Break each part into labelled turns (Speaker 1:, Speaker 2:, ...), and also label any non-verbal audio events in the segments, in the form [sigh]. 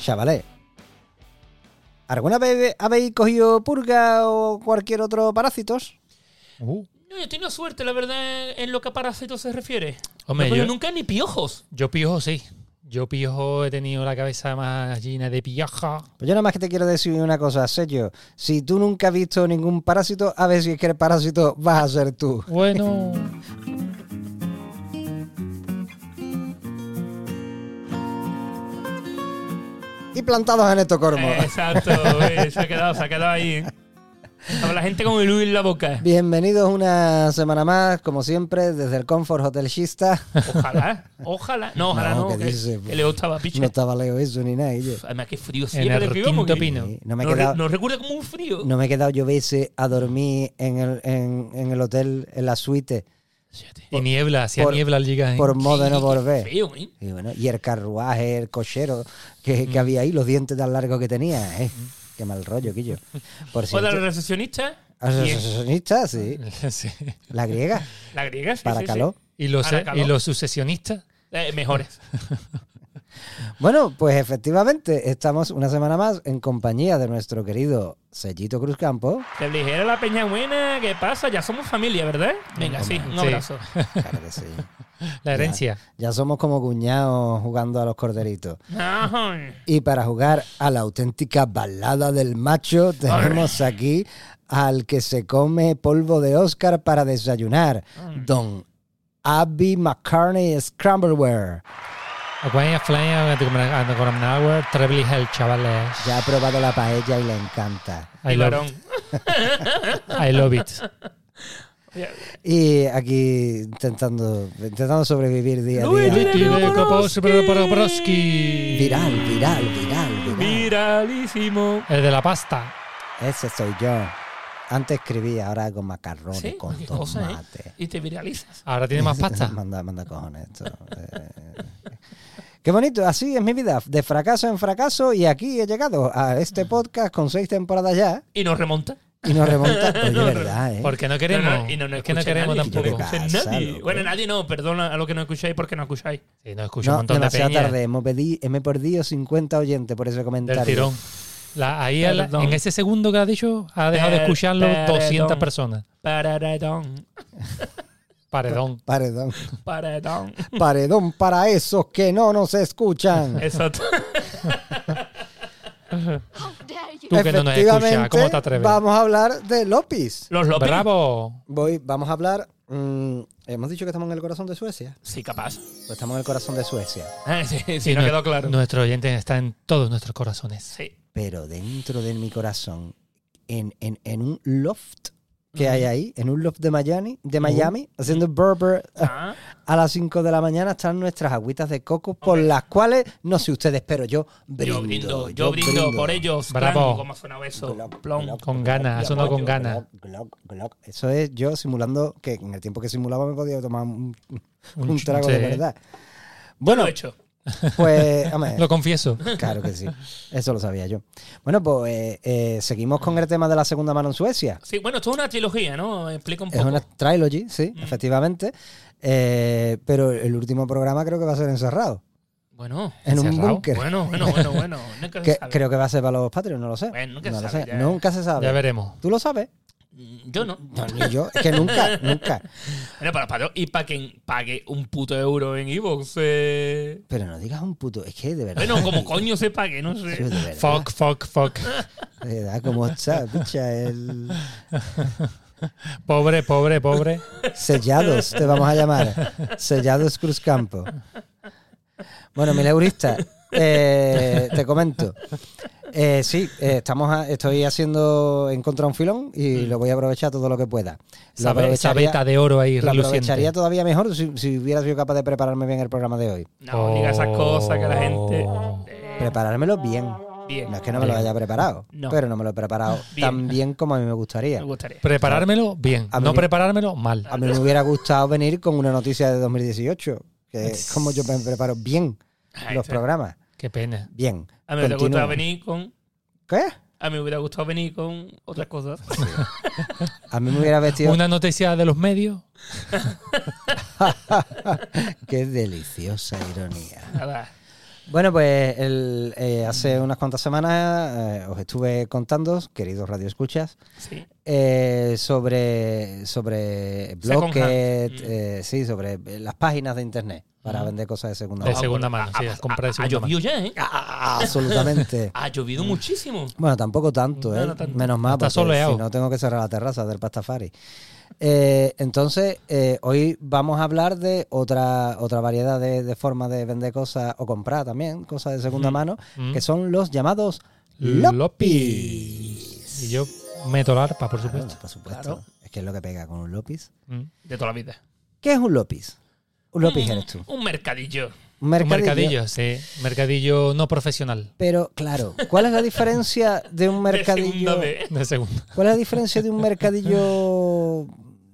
Speaker 1: Chavales, ¿alguna vez habéis cogido purga o cualquier otro parásitos?
Speaker 2: Uh.
Speaker 3: No, yo tengo suerte, la verdad, en lo que a parásitos se refiere.
Speaker 2: Hombre,
Speaker 3: pero
Speaker 2: yo-
Speaker 3: nunca ni piojos.
Speaker 2: Yo piojo, sí. Yo piojo, he tenido la cabeza más llena de piaja.
Speaker 1: Pues yo nada más que te quiero decir una cosa, Sello. Si tú nunca has visto ningún parásito, a ver si es que el parásito vas a ser tú.
Speaker 2: Bueno.
Speaker 1: Y plantados en Estocolmo.
Speaker 3: Exacto, güey, se ha quedado, se ha quedado ahí. Habla la gente con el U en la boca.
Speaker 1: Bienvenidos una semana más, como siempre, desde el Comfort Hotel Shista.
Speaker 3: Ojalá, ojalá. No, ojalá
Speaker 1: No,
Speaker 3: no.
Speaker 1: ¿qué
Speaker 3: que,
Speaker 1: dices?
Speaker 3: que le gustaba, piche.
Speaker 1: No estaba leo eso ni nada. oye.
Speaker 3: Pff, Además, que frío
Speaker 2: En
Speaker 3: siempre
Speaker 2: el
Speaker 3: le pegó,
Speaker 2: quinto
Speaker 3: porque
Speaker 2: pino.
Speaker 1: Sí, No me he
Speaker 3: nos, re-
Speaker 1: quedado,
Speaker 3: nos recuerda como un frío.
Speaker 1: no me he quedado yo veces a dormir en el, en, en el hotel, en la suite,
Speaker 2: Y niebla, hacía
Speaker 1: por-
Speaker 2: niebla al llegar. ¿eh?
Speaker 1: por modo de no
Speaker 3: Sí,
Speaker 1: volver.
Speaker 3: Frío, ¿eh?
Speaker 1: Y bueno, y el carruaje, el cochero que, que había ahí, los dientes tan largos que tenía, ¿eh? Qué mal rollo, Quillo. Por
Speaker 3: O la
Speaker 1: cierto,
Speaker 3: recepcionista. y es-
Speaker 1: asociacionista, Ah, sí.
Speaker 3: [laughs]
Speaker 2: Sí.
Speaker 1: La griega,
Speaker 3: La griega, sí,
Speaker 1: para
Speaker 3: sí, sí.
Speaker 1: calor.
Speaker 2: Y los,
Speaker 3: Ahora calor.
Speaker 2: y los sucesionistas.
Speaker 3: Eh, mejores.
Speaker 1: Bueno, pues efectivamente, estamos una semana más en compañía de nuestro querido Sellito Cruz Campo.
Speaker 3: Te ligera la peña buena, ¿qué pasa? Ya somos familia, ¿verdad?
Speaker 1: Mm,
Speaker 3: Venga, sí, un
Speaker 2: Sí.
Speaker 3: abrazo.
Speaker 1: [laughs] Claro
Speaker 3: [laughs]
Speaker 1: que sí.
Speaker 2: La herencia.
Speaker 1: Ya somos como cuñados jugando a los corderitos.
Speaker 3: Ajá.
Speaker 1: Y para jugar a la auténtica balada del macho, tenemos aquí al que se come polvo de Oscar para desayunar,
Speaker 3: Mm.
Speaker 1: don Abby McCartney Scrambleware.
Speaker 2: Aquarius Fly, Anacron Hour, Trebly Hell, chavales.
Speaker 1: Ya ha probado la paella y le encanta.
Speaker 2: I
Speaker 3: Y
Speaker 2: love,
Speaker 3: varón.
Speaker 2: I love it.
Speaker 1: Y aquí intentando, intentando sobrevivir día a
Speaker 3: Luis,
Speaker 1: día.
Speaker 3: Luis.
Speaker 1: Viral, viral, viral, viral.
Speaker 3: Viralísimo.
Speaker 2: El de la pasta.
Speaker 1: Ese soy yo. Antes escribía, ahora hago macarrones
Speaker 3: Sí,
Speaker 1: con
Speaker 3: qué cosa, ¿eh?
Speaker 1: tomate.
Speaker 3: Y te viralizas.
Speaker 2: Ahora
Speaker 1: [laughs]
Speaker 2: tiene más pasta.
Speaker 1: manda, manda cojones esto. Eh, Qué bonito, así es mi vida, de fracaso en fracaso y aquí he llegado a este podcast con seis temporadas ya
Speaker 3: Y nos remonta.
Speaker 1: y nos
Speaker 2: [laughs]
Speaker 1: remonta. Oye, verdad, ¿eh?
Speaker 2: Porque no queremos.
Speaker 3: No, no, y no, no
Speaker 2: es que no
Speaker 3: escucha
Speaker 2: queremos
Speaker 3: nadie,
Speaker 2: tampoco.
Speaker 3: no escucha
Speaker 1: Pasa,
Speaker 3: nadie.
Speaker 1: loco.
Speaker 3: Bueno, nadie no, perdona a los que no escucháis porque no escucháis.
Speaker 2: Sí, no escucho un
Speaker 1: No,
Speaker 2: montón de
Speaker 1: demasiado
Speaker 2: peña.
Speaker 1: tarde, hemos, pedi- hemos perdido 50 oyentes por ese comentario.
Speaker 2: Del tirón. La- ahí a la-
Speaker 3: Perdón.
Speaker 2: en ese segundo que ha dicho, ha dejado de
Speaker 3: Per-
Speaker 2: escucharlo
Speaker 3: perdón.
Speaker 2: 200 personas.
Speaker 3: Paradón,
Speaker 2: Paredón.
Speaker 1: Paredón,
Speaker 3: paradón.
Speaker 1: paredón para esos que no nos escuchan.
Speaker 3: Exacto.
Speaker 2: Tú que no nos escuchas, ¿cómo te atreves?
Speaker 1: vamos a hablar de Lopis.
Speaker 3: Los López.
Speaker 2: Bravo.
Speaker 1: Voy, vamos a hablar. mm, hemos dicho que estamos en el corazón de Suecia.
Speaker 3: Sí, capaz.
Speaker 1: Pues estamos en el corazón de Suecia.
Speaker 3: Ah, [laughs] sí, sí,
Speaker 2: Sí,
Speaker 3: no
Speaker 2: nue-
Speaker 3: quedó claro.
Speaker 2: Nuestro oyente está en todos nuestros corazones.
Speaker 3: Sí.
Speaker 1: pero dentro de mi corazón, en, en- en un loft que hay ahí, en un loft de Miami, de Miami haciendo burber
Speaker 3: Ah,
Speaker 1: a las 5 de la mañana, están nuestras agüitas de coco, por las cuales, no sé ustedes, pero yo brindo.
Speaker 3: yo brindo, yo, brindo, por ellos.
Speaker 2: Bravo.
Speaker 3: Clan, ¿Cómo ha sonado eso?
Speaker 1: Glock,
Speaker 3: Plon.
Speaker 1: glock,
Speaker 2: Con ganas, ha sonado con ganas.
Speaker 1: glock, glock, glock. Eso es yo simulando, que en el tiempo que simulaba me podía tomar un, un
Speaker 2: ch-
Speaker 1: trago de
Speaker 2: sí.
Speaker 1: verdad. Bueno,
Speaker 3: Bueno, lo he hecho.
Speaker 2: [laughs]
Speaker 1: pues... hombre,
Speaker 2: Lo confieso.
Speaker 1: Claro que sí, eso lo sabía yo. Bueno, pues eh, eh, seguimos con el tema de la segunda mano en Suecia.
Speaker 3: Sí, bueno, esto es una trilogía, ¿no? Explica un
Speaker 1: Es
Speaker 3: poco.
Speaker 1: una trilogy, sí,
Speaker 3: Mm.
Speaker 1: efectivamente. Eh, pero el último programa creo que va a ser encerrado.
Speaker 3: Bueno,
Speaker 1: [laughs] En un
Speaker 2: ¿Encerrado?
Speaker 1: búnker.
Speaker 3: bueno, bueno, bueno, bueno. Nunca se
Speaker 1: [laughs] Que
Speaker 3: sabe.
Speaker 1: creo que va a ser para los patrios, no lo sé.
Speaker 3: Bueno, nunca
Speaker 1: no
Speaker 3: se
Speaker 1: lo
Speaker 3: sabe,
Speaker 1: sé.
Speaker 3: ya.
Speaker 1: Nunca se sabe.
Speaker 2: Ya veremos.
Speaker 1: ¿Tú lo sabes?
Speaker 3: Mm, Yo no.
Speaker 1: No, ni yo. Es que
Speaker 3: [laughs]
Speaker 1: nunca, nunca.
Speaker 3: Bueno, para, para, y para quien pague un puto euro en Evox. Eh...
Speaker 1: Pero no digas un puto. Es que de verdad.
Speaker 3: Bueno, como coño se pague, no
Speaker 1: Sí,
Speaker 3: sé.
Speaker 1: de verdad.
Speaker 2: Fuck, fuck, fuck.
Speaker 1: De verdad, como está, picha, el
Speaker 2: Pobre,
Speaker 1: [laughs]
Speaker 2: pobre, pobre.
Speaker 1: sellados, te vamos a llamar. Sellados Cruz Campo. Bueno, mil eurista, eh, te comento. Eh, sí, eh, estamos a- estoy haciendo en contra un filón y lo voy a aprovechar todo lo que pueda. Lo
Speaker 2: Mm. Esa be- esa beta de oro ahí,
Speaker 1: lo aprovecharía
Speaker 2: reluciente.
Speaker 1: todavía mejor si, si hubiera sido capaz de prepararme bien el programa de hoy.
Speaker 3: No, diga esas cosas que la gente.
Speaker 2: Oh.
Speaker 3: Eh,
Speaker 1: Preparármelo bien.
Speaker 3: bien,
Speaker 1: No es que no me lo
Speaker 2: Bien.
Speaker 1: haya preparado,
Speaker 3: No.
Speaker 1: pero no me lo he preparado
Speaker 3: Bien.
Speaker 1: tan bien como a mí me gustaría.
Speaker 3: me gustaría.
Speaker 2: Preparármelo bien,
Speaker 1: A Ah. mí
Speaker 2: no
Speaker 1: me-
Speaker 2: preparármelo mal.
Speaker 1: A mí me hubiera gustado venir con una noticia de 2018, que es como yo me preparo bien
Speaker 3: Ahí
Speaker 1: los
Speaker 3: está.
Speaker 1: programas.
Speaker 2: Qué pena.
Speaker 1: Bien.
Speaker 3: A mí me hubiera
Speaker 1: Continúa.
Speaker 3: gustado venir con.
Speaker 1: ¿Qué?
Speaker 3: A mí me hubiera gustado venir con
Speaker 1: [laughs]
Speaker 3: otras cosas.
Speaker 1: A mí me hubiera vestido.
Speaker 2: Una noticia de los medios.
Speaker 1: [laughs] Qué deliciosa ironía.
Speaker 3: Nada.
Speaker 1: Bueno, pues el, eh, hace unas cuantas semanas eh, os estuve contando, queridos radioescuchas,
Speaker 3: Sí.
Speaker 1: eh, sobre, sobre
Speaker 3: Second hand.
Speaker 1: Blocket,
Speaker 3: Mm.
Speaker 1: eh, sí, sobre las páginas de internet para vender cosas de segunda
Speaker 2: De
Speaker 1: mano.
Speaker 2: segunda mano, sí,
Speaker 3: ha-
Speaker 2: las compras de
Speaker 3: ha-
Speaker 2: segunda
Speaker 3: Ha llovido ya, ¿eh?
Speaker 1: Ah, Absolutamente.
Speaker 3: Ha llovido muchísimo.
Speaker 1: Bueno, tampoco tanto,
Speaker 3: No,
Speaker 1: ¿eh?
Speaker 3: no tanto.
Speaker 1: menos mal,
Speaker 2: Está
Speaker 1: porque
Speaker 2: soleado.
Speaker 1: si no tengo que cerrar la terraza del Pastafari. Eh, entonces, eh, hoy vamos a hablar de otra, otra variedad de, de formas de vender cosas o comprar también, cosas de segunda mano,
Speaker 2: mm.
Speaker 1: que son los llamados lopis.
Speaker 2: Lopis. Y yo meto la arpa, por
Speaker 1: Claro,
Speaker 2: supuesto.
Speaker 1: por supuesto.
Speaker 3: Claro.
Speaker 1: Es que es lo que pega con un lopis.
Speaker 2: Mm.
Speaker 3: De toda la vida.
Speaker 1: ¿Qué es un lopis? Un lopis
Speaker 3: Un-
Speaker 1: eres tú.
Speaker 3: Mm. Un mercadillo.
Speaker 1: Un
Speaker 2: Un mercadillo, sí. Mercadillo no profesional. [laughs]
Speaker 1: Pero claro, ¿cuál es la diferencia de un
Speaker 3: De segunda
Speaker 1: mercadillo?
Speaker 3: vez.
Speaker 2: De segundo.
Speaker 1: ¿Cuál es la diferencia de un mercadillo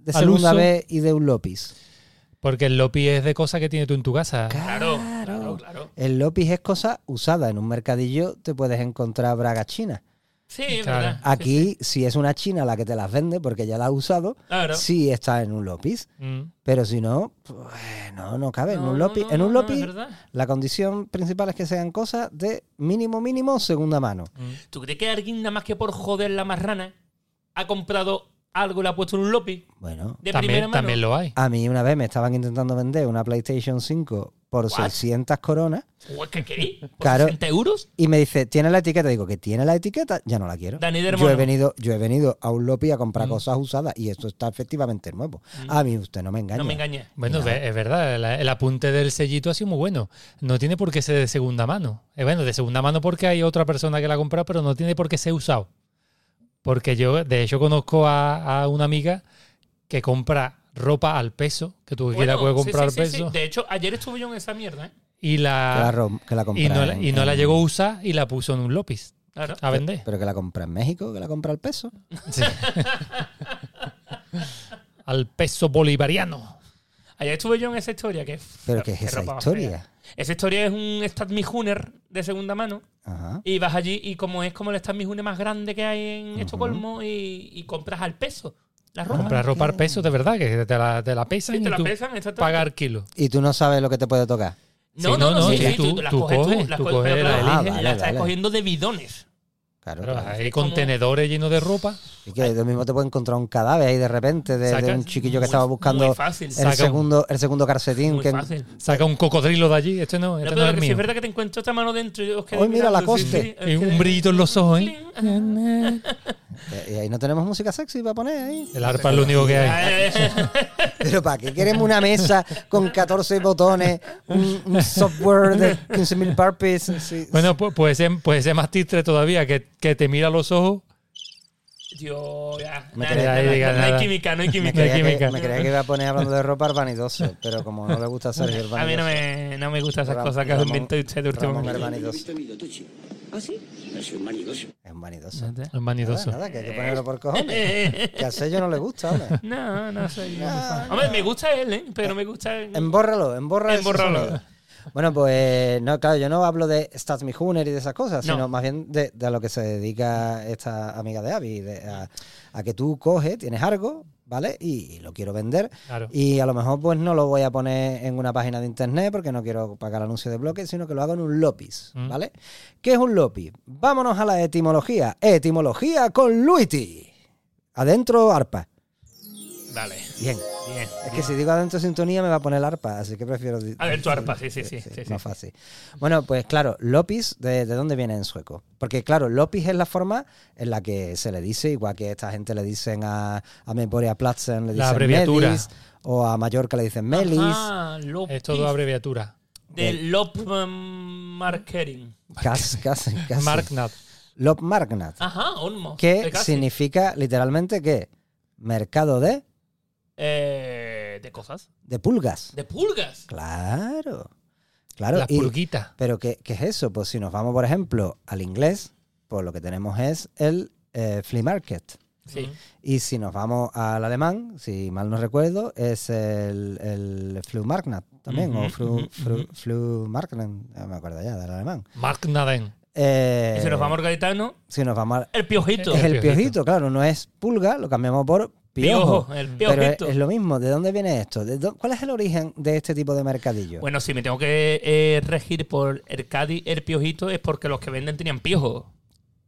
Speaker 1: de
Speaker 2: Al
Speaker 1: segunda
Speaker 2: uso.
Speaker 1: vez y de un lopis?
Speaker 2: Porque el lopi es de cosas que tienes tú en tu casa.
Speaker 3: Claro, claro, claro.
Speaker 1: El lopis es cosa usada. En un mercadillo te puedes encontrar bragas chinas.
Speaker 3: Sí, es
Speaker 2: Claro.
Speaker 3: verdad.
Speaker 1: Aquí, si es una china la que te las vende porque ya la has usado,
Speaker 3: Claro.
Speaker 1: sí está en un lopis.
Speaker 2: Mm.
Speaker 1: Pero si no, pues, no, no cabe. en
Speaker 3: No,
Speaker 1: un
Speaker 3: no,
Speaker 1: lopis,
Speaker 3: no,
Speaker 1: en un
Speaker 3: no,
Speaker 1: lopis
Speaker 3: es verdad.
Speaker 1: la condición principal es que sean cosas de mínimo, mínimo, segunda mano.
Speaker 3: ¿Tú crees que alguien nada más que por joder la marrana ha comprado algo y le ha puesto en un lopi
Speaker 1: Bueno,
Speaker 3: de primera
Speaker 2: También,
Speaker 3: mano?
Speaker 2: también lo hay.
Speaker 1: a mí una vez me estaban intentando vender una PlayStation 5 por
Speaker 3: What?
Speaker 1: 600 coronas
Speaker 3: Ué, ¿Qué queréis? ¿Por
Speaker 1: Claro.
Speaker 3: 60 euros?
Speaker 1: y me dice, ¿tiene la etiqueta? Digo, que tiene la etiqueta, ya no la quiero.
Speaker 3: Dani de
Speaker 1: Yo he
Speaker 3: hermano.
Speaker 1: venido, yo he venido a un Lopi a comprar cosas usadas y esto está efectivamente nuevo. A mí usted no me engaña.
Speaker 3: No me engañes.
Speaker 2: Bueno, ve- es verdad, el, el apunte del sellito ha sido muy bueno. No tiene por qué ser de segunda mano. Eh, bueno, de segunda mano porque hay otra persona que la ha comprado, pero no tiene por qué ser usado. Porque yo, de hecho, conozco a, a una amiga que compra ropa al peso, que tú quieras puedes
Speaker 3: Bueno, sí,
Speaker 2: comprar
Speaker 3: sí,
Speaker 2: al
Speaker 3: sí, sí.
Speaker 2: peso,
Speaker 3: De hecho, ayer estuve yo en esa mierda. ¿eh?
Speaker 2: y
Speaker 1: Que la,
Speaker 2: la,
Speaker 1: rom- que la compré
Speaker 2: y no, la-
Speaker 1: en-
Speaker 2: y no la
Speaker 1: en-
Speaker 2: llegó a usar y la puso en un Lopis
Speaker 3: Claro.
Speaker 2: a vender.
Speaker 1: Pero que la compra en México, que la compra al peso.
Speaker 2: Sí. al peso bolivariano.
Speaker 3: Ayer estuve yo en esa historia. Que,
Speaker 1: Pero que es
Speaker 3: qué
Speaker 1: esa
Speaker 3: ropa más
Speaker 1: historia.
Speaker 3: fea. Esa historia es un Stat Me Hunter de segunda mano.
Speaker 1: Ajá.
Speaker 3: Y vas allí y como es como el Stat Me Hunter más grande que hay en Estocolmo y, y compras al peso la ropa.
Speaker 2: Comprar ropa al peso, de verdad, que te la, te la
Speaker 3: Ah, Sí,
Speaker 2: pesan
Speaker 3: te
Speaker 2: y
Speaker 3: la
Speaker 2: Ah, tú
Speaker 3: pesan, exactamente.
Speaker 2: pagas el kilo.
Speaker 1: Y tú no sabes lo que te puede tocar.
Speaker 3: No,
Speaker 2: Sí,
Speaker 3: no, no, sí,
Speaker 2: sí,
Speaker 3: sí, tú, las coges, tú, las coges, pero
Speaker 2: la
Speaker 3: claro,
Speaker 1: Ah,
Speaker 2: eliges.
Speaker 1: vale,
Speaker 3: la estás
Speaker 1: vale.
Speaker 3: cogiendo de bidones.
Speaker 1: Claro.
Speaker 2: Claro,
Speaker 1: claro.
Speaker 2: hay
Speaker 3: Es como-
Speaker 2: contenedores llenos de ropa.
Speaker 1: Y que lo mismo te puede encontrar un cadáver ahí de repente de, de
Speaker 2: Sacas
Speaker 1: un chiquillo que
Speaker 3: Muy-
Speaker 1: estaba buscando
Speaker 3: Muy fácil,
Speaker 1: el
Speaker 2: saca un-
Speaker 1: segundo, el segundo calcetín.
Speaker 3: muy
Speaker 1: Que,
Speaker 3: fácil.
Speaker 2: Saca un cocodrilo de allí. Este no,
Speaker 3: No,
Speaker 2: este
Speaker 3: pero
Speaker 2: no es
Speaker 3: que
Speaker 2: el
Speaker 3: si
Speaker 2: mío.
Speaker 3: es verdad que te encuentro esta mano dentro. y yo, es que
Speaker 1: Hoy mira la
Speaker 3: mirando, sí,
Speaker 1: coste.
Speaker 3: sí, es
Speaker 2: Y
Speaker 3: que-
Speaker 2: un brillito en los ojos, ¿eh?
Speaker 1: eh, y ahí no tenemos música sexy para poner ahí.
Speaker 2: El arpa es lo único que hay.
Speaker 1: Pero ¿para qué queremos una mesa con 14 botones, un, un software de 15.000 burpees? Sí,
Speaker 2: Bueno, pu- puede ser, puede ser más tistre todavía, que, que te mira a los ojos.
Speaker 3: Dios, ya.
Speaker 1: Me
Speaker 3: Nada,
Speaker 1: quedé
Speaker 2: ahí,
Speaker 3: nada,
Speaker 2: diga,
Speaker 3: nada, No
Speaker 2: nada.
Speaker 3: hay química, no hay
Speaker 1: me,
Speaker 3: química.
Speaker 1: creía que,
Speaker 2: química.
Speaker 1: me creía que iba a poner hablando de ropa al vanidoso, pero como no le gusta a Sergio el
Speaker 3: A mí
Speaker 1: vanidoso.
Speaker 3: no me, no me gustan esas
Speaker 1: Ram-
Speaker 3: cosas que
Speaker 1: Ramón-
Speaker 3: os inventáis ustedes
Speaker 1: Ramón el
Speaker 3: últimamente.
Speaker 1: vanidoso.
Speaker 4: ¿Ah, sí? Es un manidoso.
Speaker 1: Es un vanidoso.
Speaker 2: El
Speaker 1: Nada,
Speaker 2: manidoso.
Speaker 1: nada, que hay que ponerlo por
Speaker 3: [laughs]
Speaker 1: cojones. Que a Sergio no le gusta, hombre.
Speaker 3: No, no soy yo. Hombre, me gusta él, ¿eh? Pero me gusta él.
Speaker 1: Embórralo, embórralo. ese
Speaker 3: Embórralo.
Speaker 1: sonido. Bueno, pues no, claro, yo no hablo de Stats Me Hooner y de esas cosas,
Speaker 3: No.
Speaker 1: sino más bien de, de a lo que se dedica esta amiga de Abby, de- a, a que tú coges, tienes algo, ¿vale? Y, y lo quiero vender.
Speaker 2: Claro.
Speaker 1: Y a lo mejor pues no lo voy a poner en una página de internet porque no quiero pagar anuncio de bloque, sino que lo hago en un lopis,
Speaker 2: Mm.
Speaker 1: ¿vale? ¿Qué es un lopis? Vámonos a la etimología. Etimología con Luiti. Adentro, arpa.
Speaker 3: Vale,
Speaker 1: Bien.
Speaker 3: bien.
Speaker 1: Es que si digo adentro sintonía me va a poner la arpa, así que prefiero... di-
Speaker 3: A ver, tu arpa, sí, sí, sí. sí, sí.
Speaker 1: más fácil. Bueno, pues claro, Lopis, ¿de, de dónde viene en sueco? Porque claro, Lopis es la forma en la que se le dice, igual que esta gente le dicen a, a Memoria Platzen, le dicen
Speaker 2: La abreviatura.
Speaker 1: Melis, o a Mallorca le dicen Melis.
Speaker 3: Ah, Lopis.
Speaker 2: Es todo abreviatura.
Speaker 3: De Lop um, Marketing. [laughs]
Speaker 1: Casi, casi, casi.
Speaker 2: Marknat.
Speaker 1: Lop Marknat,
Speaker 3: Ajá, Olmos.
Speaker 1: que
Speaker 3: de Ah, casi.
Speaker 1: significa literalmente que mercado de,
Speaker 3: Eh, de cosas.
Speaker 1: de pulgas.
Speaker 3: De pulgas.
Speaker 1: Claro, claro.
Speaker 2: Las
Speaker 1: y-
Speaker 2: pulguitas.
Speaker 1: pero ¿qué, qué es eso? Pues si nos vamos, por ejemplo, al inglés, pues lo que tenemos es el eh, flea market.
Speaker 3: Sí.
Speaker 1: Y si nos vamos al alemán, si mal no recuerdo, es el, el Flumarknat también,
Speaker 2: Ujú,
Speaker 1: o flu,
Speaker 2: ujú,
Speaker 1: Flu- Flumarknat, no me acuerdo ya del alemán.
Speaker 2: Mark Naden.
Speaker 1: Eh,
Speaker 3: Y si nos vamos al gaditano,
Speaker 1: si nos vamos al-
Speaker 3: el piojito.
Speaker 1: Es
Speaker 2: El
Speaker 1: el
Speaker 2: piojito.
Speaker 1: piojito, claro, no es pulga, lo cambiamos por piojo.
Speaker 3: Piojo, el
Speaker 1: Pero es,
Speaker 3: piojito.
Speaker 1: es lo mismo, ¿de dónde viene esto? ¿De dó- ¿Cuál es el origen de este tipo de mercadillo?
Speaker 3: Bueno, si me tengo que eh, regir por el Cádiz, el piojito, es porque los que venden tenían piojo.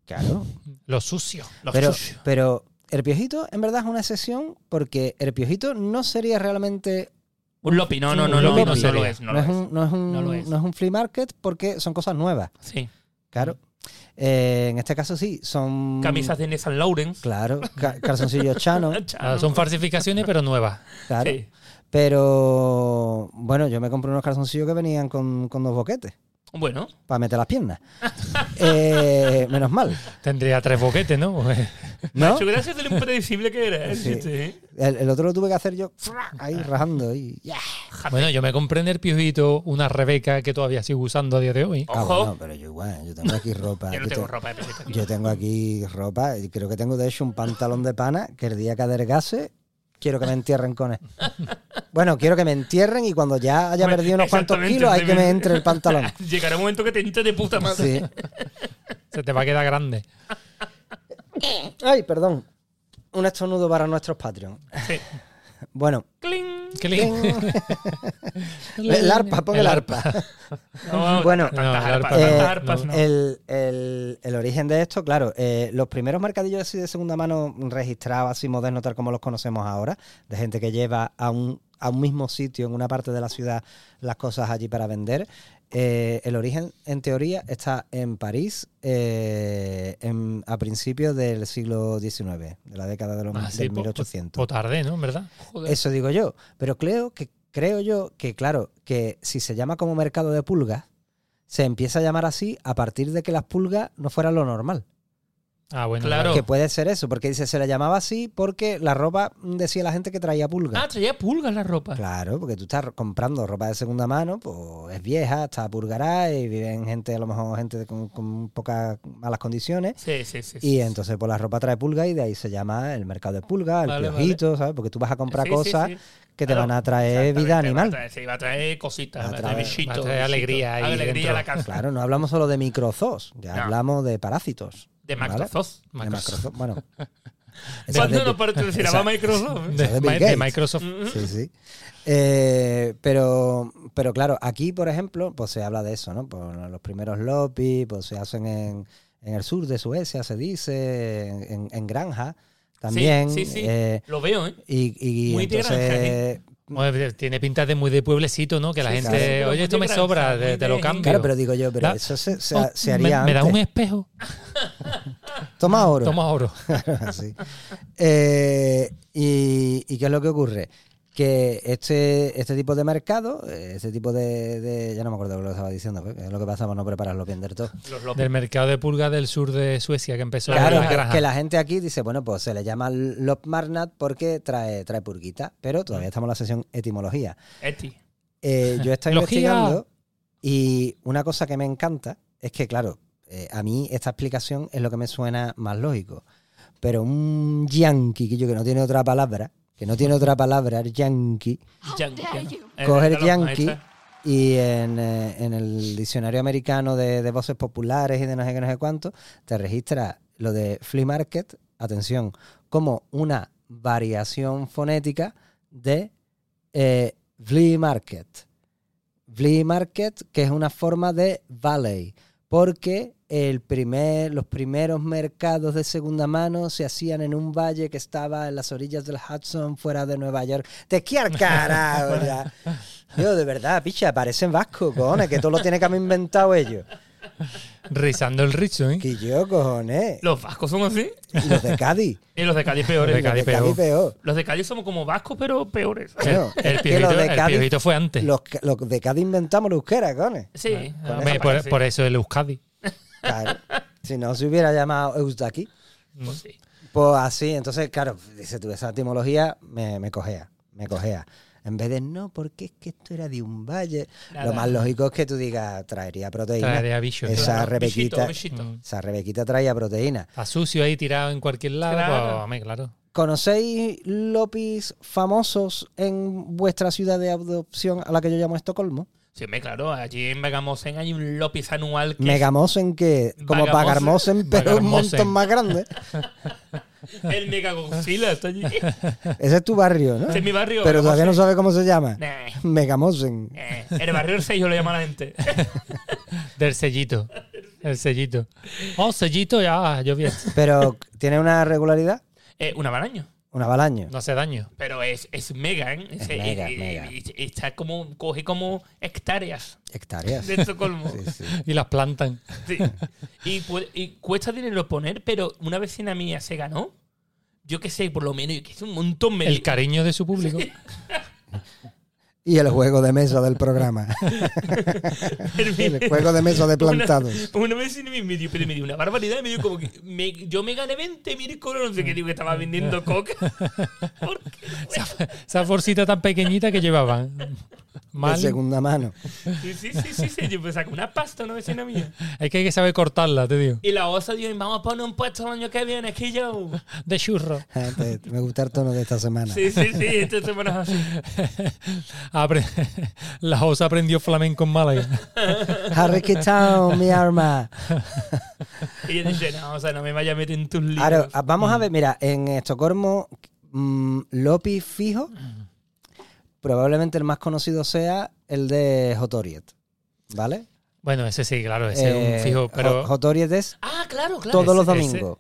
Speaker 1: claro,
Speaker 2: Lo sucio.
Speaker 3: Los
Speaker 1: pero,
Speaker 3: sucios.
Speaker 1: pero el piojito en verdad es una excepción porque el piojito no sería realmente
Speaker 3: Un lopi, no, no,
Speaker 2: Un
Speaker 3: no, no,
Speaker 2: lopi
Speaker 3: no,
Speaker 2: no
Speaker 3: no lo
Speaker 2: sería.
Speaker 3: es. No
Speaker 1: no
Speaker 3: lo
Speaker 1: es
Speaker 3: es.
Speaker 1: un- no es un-
Speaker 3: No lo es.
Speaker 1: no es un flea market porque son cosas nuevas.
Speaker 3: Sí.
Speaker 1: Claro. Eh, en este caso sí, son...
Speaker 3: Camisas de Nissan Lawrence. [laughs]
Speaker 1: Claro, ca- calzoncillos chano,
Speaker 2: Ah, son falsificaciones, pero nuevas.
Speaker 1: claro.
Speaker 3: Sí.
Speaker 1: Pero bueno, yo me compré unos calzoncillos que venían con, con dos boquetes
Speaker 3: Bueno,
Speaker 1: para meter las
Speaker 3: [laughs]
Speaker 1: piernas. Eh, menos mal,
Speaker 2: Tendría tres boquetes, ¿no? [laughs]
Speaker 1: ¿no?
Speaker 3: Nacho, gracias del impredecible que eres.
Speaker 1: Sí.
Speaker 3: Sí.
Speaker 1: El, el otro lo tuve que hacer yo ahí
Speaker 3: Ah.
Speaker 1: rajando y... ya.
Speaker 2: bueno, yo me compré en el piojito una Rebeca que todavía sigo usando a día de hoy.
Speaker 1: Ah,
Speaker 3: Ojo.
Speaker 1: bueno, pero yo igual, yo tengo aquí ropa.
Speaker 3: Yo no tengo
Speaker 1: te-
Speaker 3: ropa de piojito aquí.
Speaker 1: Yo tengo aquí ropa, y creo que tengo de hecho un pantalón de pana que el día que adelgase quiero que me entierren con él. Bueno, quiero que me entierren y cuando ya haya
Speaker 3: Bueno,
Speaker 1: perdido unos cuantos
Speaker 3: exactamente,
Speaker 1: kilos hay que me
Speaker 3: debe-
Speaker 1: entre el pantalón.
Speaker 3: [laughs] Llegará un momento que te entre de puta madre.
Speaker 1: Sí.
Speaker 2: Se te va a quedar grande.
Speaker 1: Ay, perdón. Un estornudo para nuestros Patreon.
Speaker 3: Sí.
Speaker 1: Bueno,
Speaker 3: ¡Cling!
Speaker 1: [laughs]
Speaker 2: Qué lindo.
Speaker 1: el arpa, pon el,
Speaker 2: El
Speaker 1: arpa.
Speaker 3: No,
Speaker 1: Bueno,
Speaker 3: tantas
Speaker 2: No, el
Speaker 3: arpas, tantas
Speaker 2: arpa-
Speaker 1: Eh,
Speaker 3: arpas, no.
Speaker 1: el, el- el origen de esto, claro, eh, los primeros mercadillos así de segunda mano registrados, así modernos, tal como los conocemos ahora, de gente que lleva a un, a un mismo sitio, en una parte de la ciudad, las cosas allí para vender. eh, el origen, en teoría, está en París eh, en- a principios del siglo XIX, de la década de los
Speaker 2: Ah, sí,
Speaker 1: del
Speaker 2: po- po-
Speaker 1: 1800.
Speaker 2: po tardé, ¿no? ¿En ¿Verdad?
Speaker 3: Joder.
Speaker 1: Eso digo yo. Pero creo que, creo yo que, claro, que si se llama como mercado de pulgas, se empieza a llamar así a partir de que las pulgas no fueran lo normal.
Speaker 2: Ah, bueno.
Speaker 3: Claro.
Speaker 1: Que puede ser eso, porque dice, se la llamaba así porque la ropa mm, decía la gente que traía pulgas.
Speaker 3: Ah, traía pulgas la ropa.
Speaker 1: Claro, porque tú estás comprando ropa de segunda mano, pues es vieja, está purgará y viven gente, a lo mejor gente de- con, con pocas malas condiciones.
Speaker 3: Sí, sí, sí. sí.
Speaker 1: Y entonces, pues la ropa trae pulga y de ahí se llama el mercado de pulga, el
Speaker 3: Vale, vale.
Speaker 1: piojito, ¿sabes? Porque tú vas a comprar
Speaker 3: Sí, sí,
Speaker 1: cosas
Speaker 3: sí.
Speaker 1: que te
Speaker 3: Claro,
Speaker 1: van a traer
Speaker 3: Exactamente,
Speaker 1: vida animal.
Speaker 3: Va a traer, [laughs] sí, va a traer cositas,
Speaker 1: Va
Speaker 3: va
Speaker 1: a
Speaker 3: a traer
Speaker 1: traer-
Speaker 3: bichitos.
Speaker 2: va a traer
Speaker 3: bichitos.
Speaker 2: alegría ahí
Speaker 3: Alegría
Speaker 2: dentro.
Speaker 3: a la casa.
Speaker 1: Claro, no hablamos solo de microzoos, ya
Speaker 3: No.
Speaker 1: hablamos de parásitos.
Speaker 3: De Pues
Speaker 1: ¿vale?
Speaker 3: Microsoft.
Speaker 1: De macrozoos, Bueno. [laughs] Esa es
Speaker 3: ¿Cuándo
Speaker 1: de-
Speaker 3: nos patrocinaba Microsoft?
Speaker 2: De,
Speaker 1: Bill
Speaker 2: Ma- de
Speaker 1: Gates.
Speaker 2: Microsoft.
Speaker 3: Mm,
Speaker 1: Sí, sí. Eh, pero, pero claro, aquí, por ejemplo, pues se habla de eso, ¿no? Por los primeros lopi, pues se hacen en, en el sur de Suecia, se dice, en, en granjas también.
Speaker 3: Sí, sí, sí.
Speaker 1: eh,
Speaker 3: Lo veo, ¿eh?
Speaker 1: y y
Speaker 3: Muy de granja,
Speaker 1: entonces...
Speaker 3: ¿eh?
Speaker 2: Bueno, tiene pinta de muy de pueblecito, ¿no? Que la
Speaker 1: Sí,
Speaker 2: gente,
Speaker 1: claro. Sí,
Speaker 3: pero
Speaker 2: oye,
Speaker 3: muy
Speaker 2: esto
Speaker 3: de
Speaker 2: me
Speaker 3: granja,
Speaker 2: sobra,
Speaker 3: muy
Speaker 2: te, te
Speaker 3: de-
Speaker 2: lo cambio.
Speaker 1: Claro, pero digo yo, pero
Speaker 2: Da-
Speaker 1: eso se, se-
Speaker 2: Oh,
Speaker 1: se haría
Speaker 2: me, me da
Speaker 1: antes.
Speaker 2: un espejo.
Speaker 1: Toma oro.
Speaker 2: Toma oro.
Speaker 1: [laughs] Así. Eh, y, y qué es lo que ocurre? Que este, este tipo de mercado, eh, este tipo de, de- Ya no me acuerdo lo que estaba diciendo, pues, es lo que pasa por no prepararlo bien del todo.
Speaker 3: Los lobos.
Speaker 2: Del mercado de pulga del sur de Suecia que empezó
Speaker 1: Claro,
Speaker 2: en la
Speaker 1: que,
Speaker 2: granja.
Speaker 1: que la gente aquí dice, bueno, pues se le llama Lopmarnat porque trae, trae purguita, pero todavía estamos en la sesión etimología.
Speaker 3: Eti.
Speaker 1: Eh, yo estoy
Speaker 2: Logía.
Speaker 1: investigando y una cosa que me encanta es que, claro, eh, a mí esta explicación es lo que me suena más lógico. Pero un yankee, que yo que no tiene otra palabra, que no tiene otra palabra, el yankee,
Speaker 3: Yankee. eh, ¿no?
Speaker 1: coger
Speaker 3: Ahí
Speaker 1: yankee
Speaker 3: está.
Speaker 1: y en, eh, en el diccionario americano de, de voces populares y de no sé qué, no sé cuánto, te registra lo de flea market, atención, como una variación fonética de eh, flea market. Flea market, que es una forma de valley, porque el primer, los primeros mercados de segunda mano se hacían en un valle que estaba en las orillas del Hudson, fuera de Nueva York. ¡Te esquiar, carajo! ya. Yo, de verdad, picha, parecen vascos, cojones, que todo lo tienen que haber inventado ellos.
Speaker 2: Rizando el rizo, ¿eh?
Speaker 1: Que yo, cojones.
Speaker 3: Los vascos son así.
Speaker 1: Y los de Cádiz.
Speaker 3: Y los
Speaker 1: [laughs]
Speaker 3: de Cádiz peores.
Speaker 2: Los de
Speaker 1: Los
Speaker 2: Cádiz
Speaker 1: de Cádiz
Speaker 2: peor.
Speaker 1: peor.
Speaker 3: Los de Cádiz somos como vascos, pero peores.
Speaker 1: Coño,
Speaker 2: El
Speaker 1: es que los
Speaker 2: piojito,
Speaker 1: de
Speaker 2: el
Speaker 1: Cádiz-
Speaker 2: piojito fue antes.
Speaker 1: Los, ca- los
Speaker 2: Ah,
Speaker 1: de Cádiz inventamos la euskera, cojones.
Speaker 3: Sí.
Speaker 2: Hombre, por, por eso el Euskadi.
Speaker 1: Claro. Si no se hubiera llamado Eustaki,
Speaker 3: Pues sí.
Speaker 1: pues así, entonces, claro, dice tú, esa etimología me, me cojea, me cojea. En vez de no, porque es que esto era de un valle. Lo
Speaker 3: Nada.
Speaker 1: más lógico es que tú digas, traería proteína.
Speaker 2: Traería bichos.
Speaker 1: Esa
Speaker 3: Claro,
Speaker 1: Rebequita.
Speaker 3: bichito, bichito.
Speaker 2: Mm.
Speaker 1: Esa Rebequita traía proteína.
Speaker 2: Está sucio ahí tirado en cualquier lado.
Speaker 3: Claro.
Speaker 2: Claro. hombre, claro.
Speaker 1: ¿Conocéis Lopis famosos en vuestra ciudad de adopción a la que yo llamo Estocolmo?
Speaker 3: Sí, hombre, claro, allí en Vegamosen hay un Lopis anual que
Speaker 1: Megamosen que como
Speaker 3: Vagamosen.
Speaker 1: Pagarmosen, pero un
Speaker 2: Vagamosen.
Speaker 1: montón más
Speaker 3: [laughs]
Speaker 1: grande.
Speaker 3: es el Mega Godzilla.
Speaker 1: [laughs]
Speaker 3: Está allí.
Speaker 1: Ese es tu barrio, ¿no?
Speaker 3: Ese es mi barrio.
Speaker 1: Pero todavía no sabes cómo se llama.
Speaker 3: Nah,
Speaker 1: Megamosen.
Speaker 3: eh, el barrio del 6 yo lo llama la gente.
Speaker 2: Del sellito. El sellito. Oh, sellito, ya,
Speaker 1: [laughs]
Speaker 2: yo bien.
Speaker 1: Pero tiene una regularidad,
Speaker 3: Eh, una al año.
Speaker 1: una al año.
Speaker 2: No hace daño.
Speaker 3: Pero es, es mega, ¿eh?
Speaker 1: Es mega, es mega.
Speaker 3: y- y está como, coge como hectáreas
Speaker 1: Hectáreas.
Speaker 3: de
Speaker 1: [laughs]
Speaker 3: Estocolmo.
Speaker 1: Sí, sí.
Speaker 2: Y las plantan.
Speaker 3: Sí. Y, pu- y cuesta dinero poner, pero una vecina mía se ganó. Yo qué sé, por lo menos, yo que sé, un montón me
Speaker 2: El
Speaker 3: [laughs] di-
Speaker 2: cariño de su público.
Speaker 1: Y el juego de mesa del
Speaker 3: [laughs]
Speaker 1: programa. El juego de mesa de plantados.
Speaker 3: Una, una vecina me dio, pero me dio una barbaridad. Me dio como que me- yo me gané 20 mil coronas, no sé qué, digo que estaba vendiendo coca. ¿Por qué?
Speaker 2: Esa bolsita tan pequeñita que llevaban.
Speaker 1: De
Speaker 2: Mal.
Speaker 1: segunda mano.
Speaker 3: Sí, sí, sí, sí, sí, Yo me saco una pasta, una vecina mía.
Speaker 2: Es que hay que saber cortarla, te digo.
Speaker 3: Y la osa dijo, vamos a poner un puesto el año que viene, aquí yo.
Speaker 2: De churro.
Speaker 1: Ah, te- Me gusta el tono de esta semana.
Speaker 3: Sí, sí, sí, esta semana es así.
Speaker 2: Apre- La osa aprendió flamenco en Málaga.
Speaker 1: Harry Town, mi arma.
Speaker 3: Y yo dije, no, o sea, no me vaya a meter en tus líos.
Speaker 1: Ahora, ah, vamos
Speaker 2: Mm.
Speaker 1: a ver, mira, en Estocolmo, mm, Lopi fijo, probablemente el más conocido sea el de Jotoriet, ¿vale?
Speaker 2: Bueno, ese sí, claro, ese es
Speaker 1: Eh,
Speaker 2: un fijo, pero
Speaker 1: Jo- Jotoriet es
Speaker 3: Ah, claro, claro.
Speaker 1: todos los
Speaker 2: ese-
Speaker 1: domingos.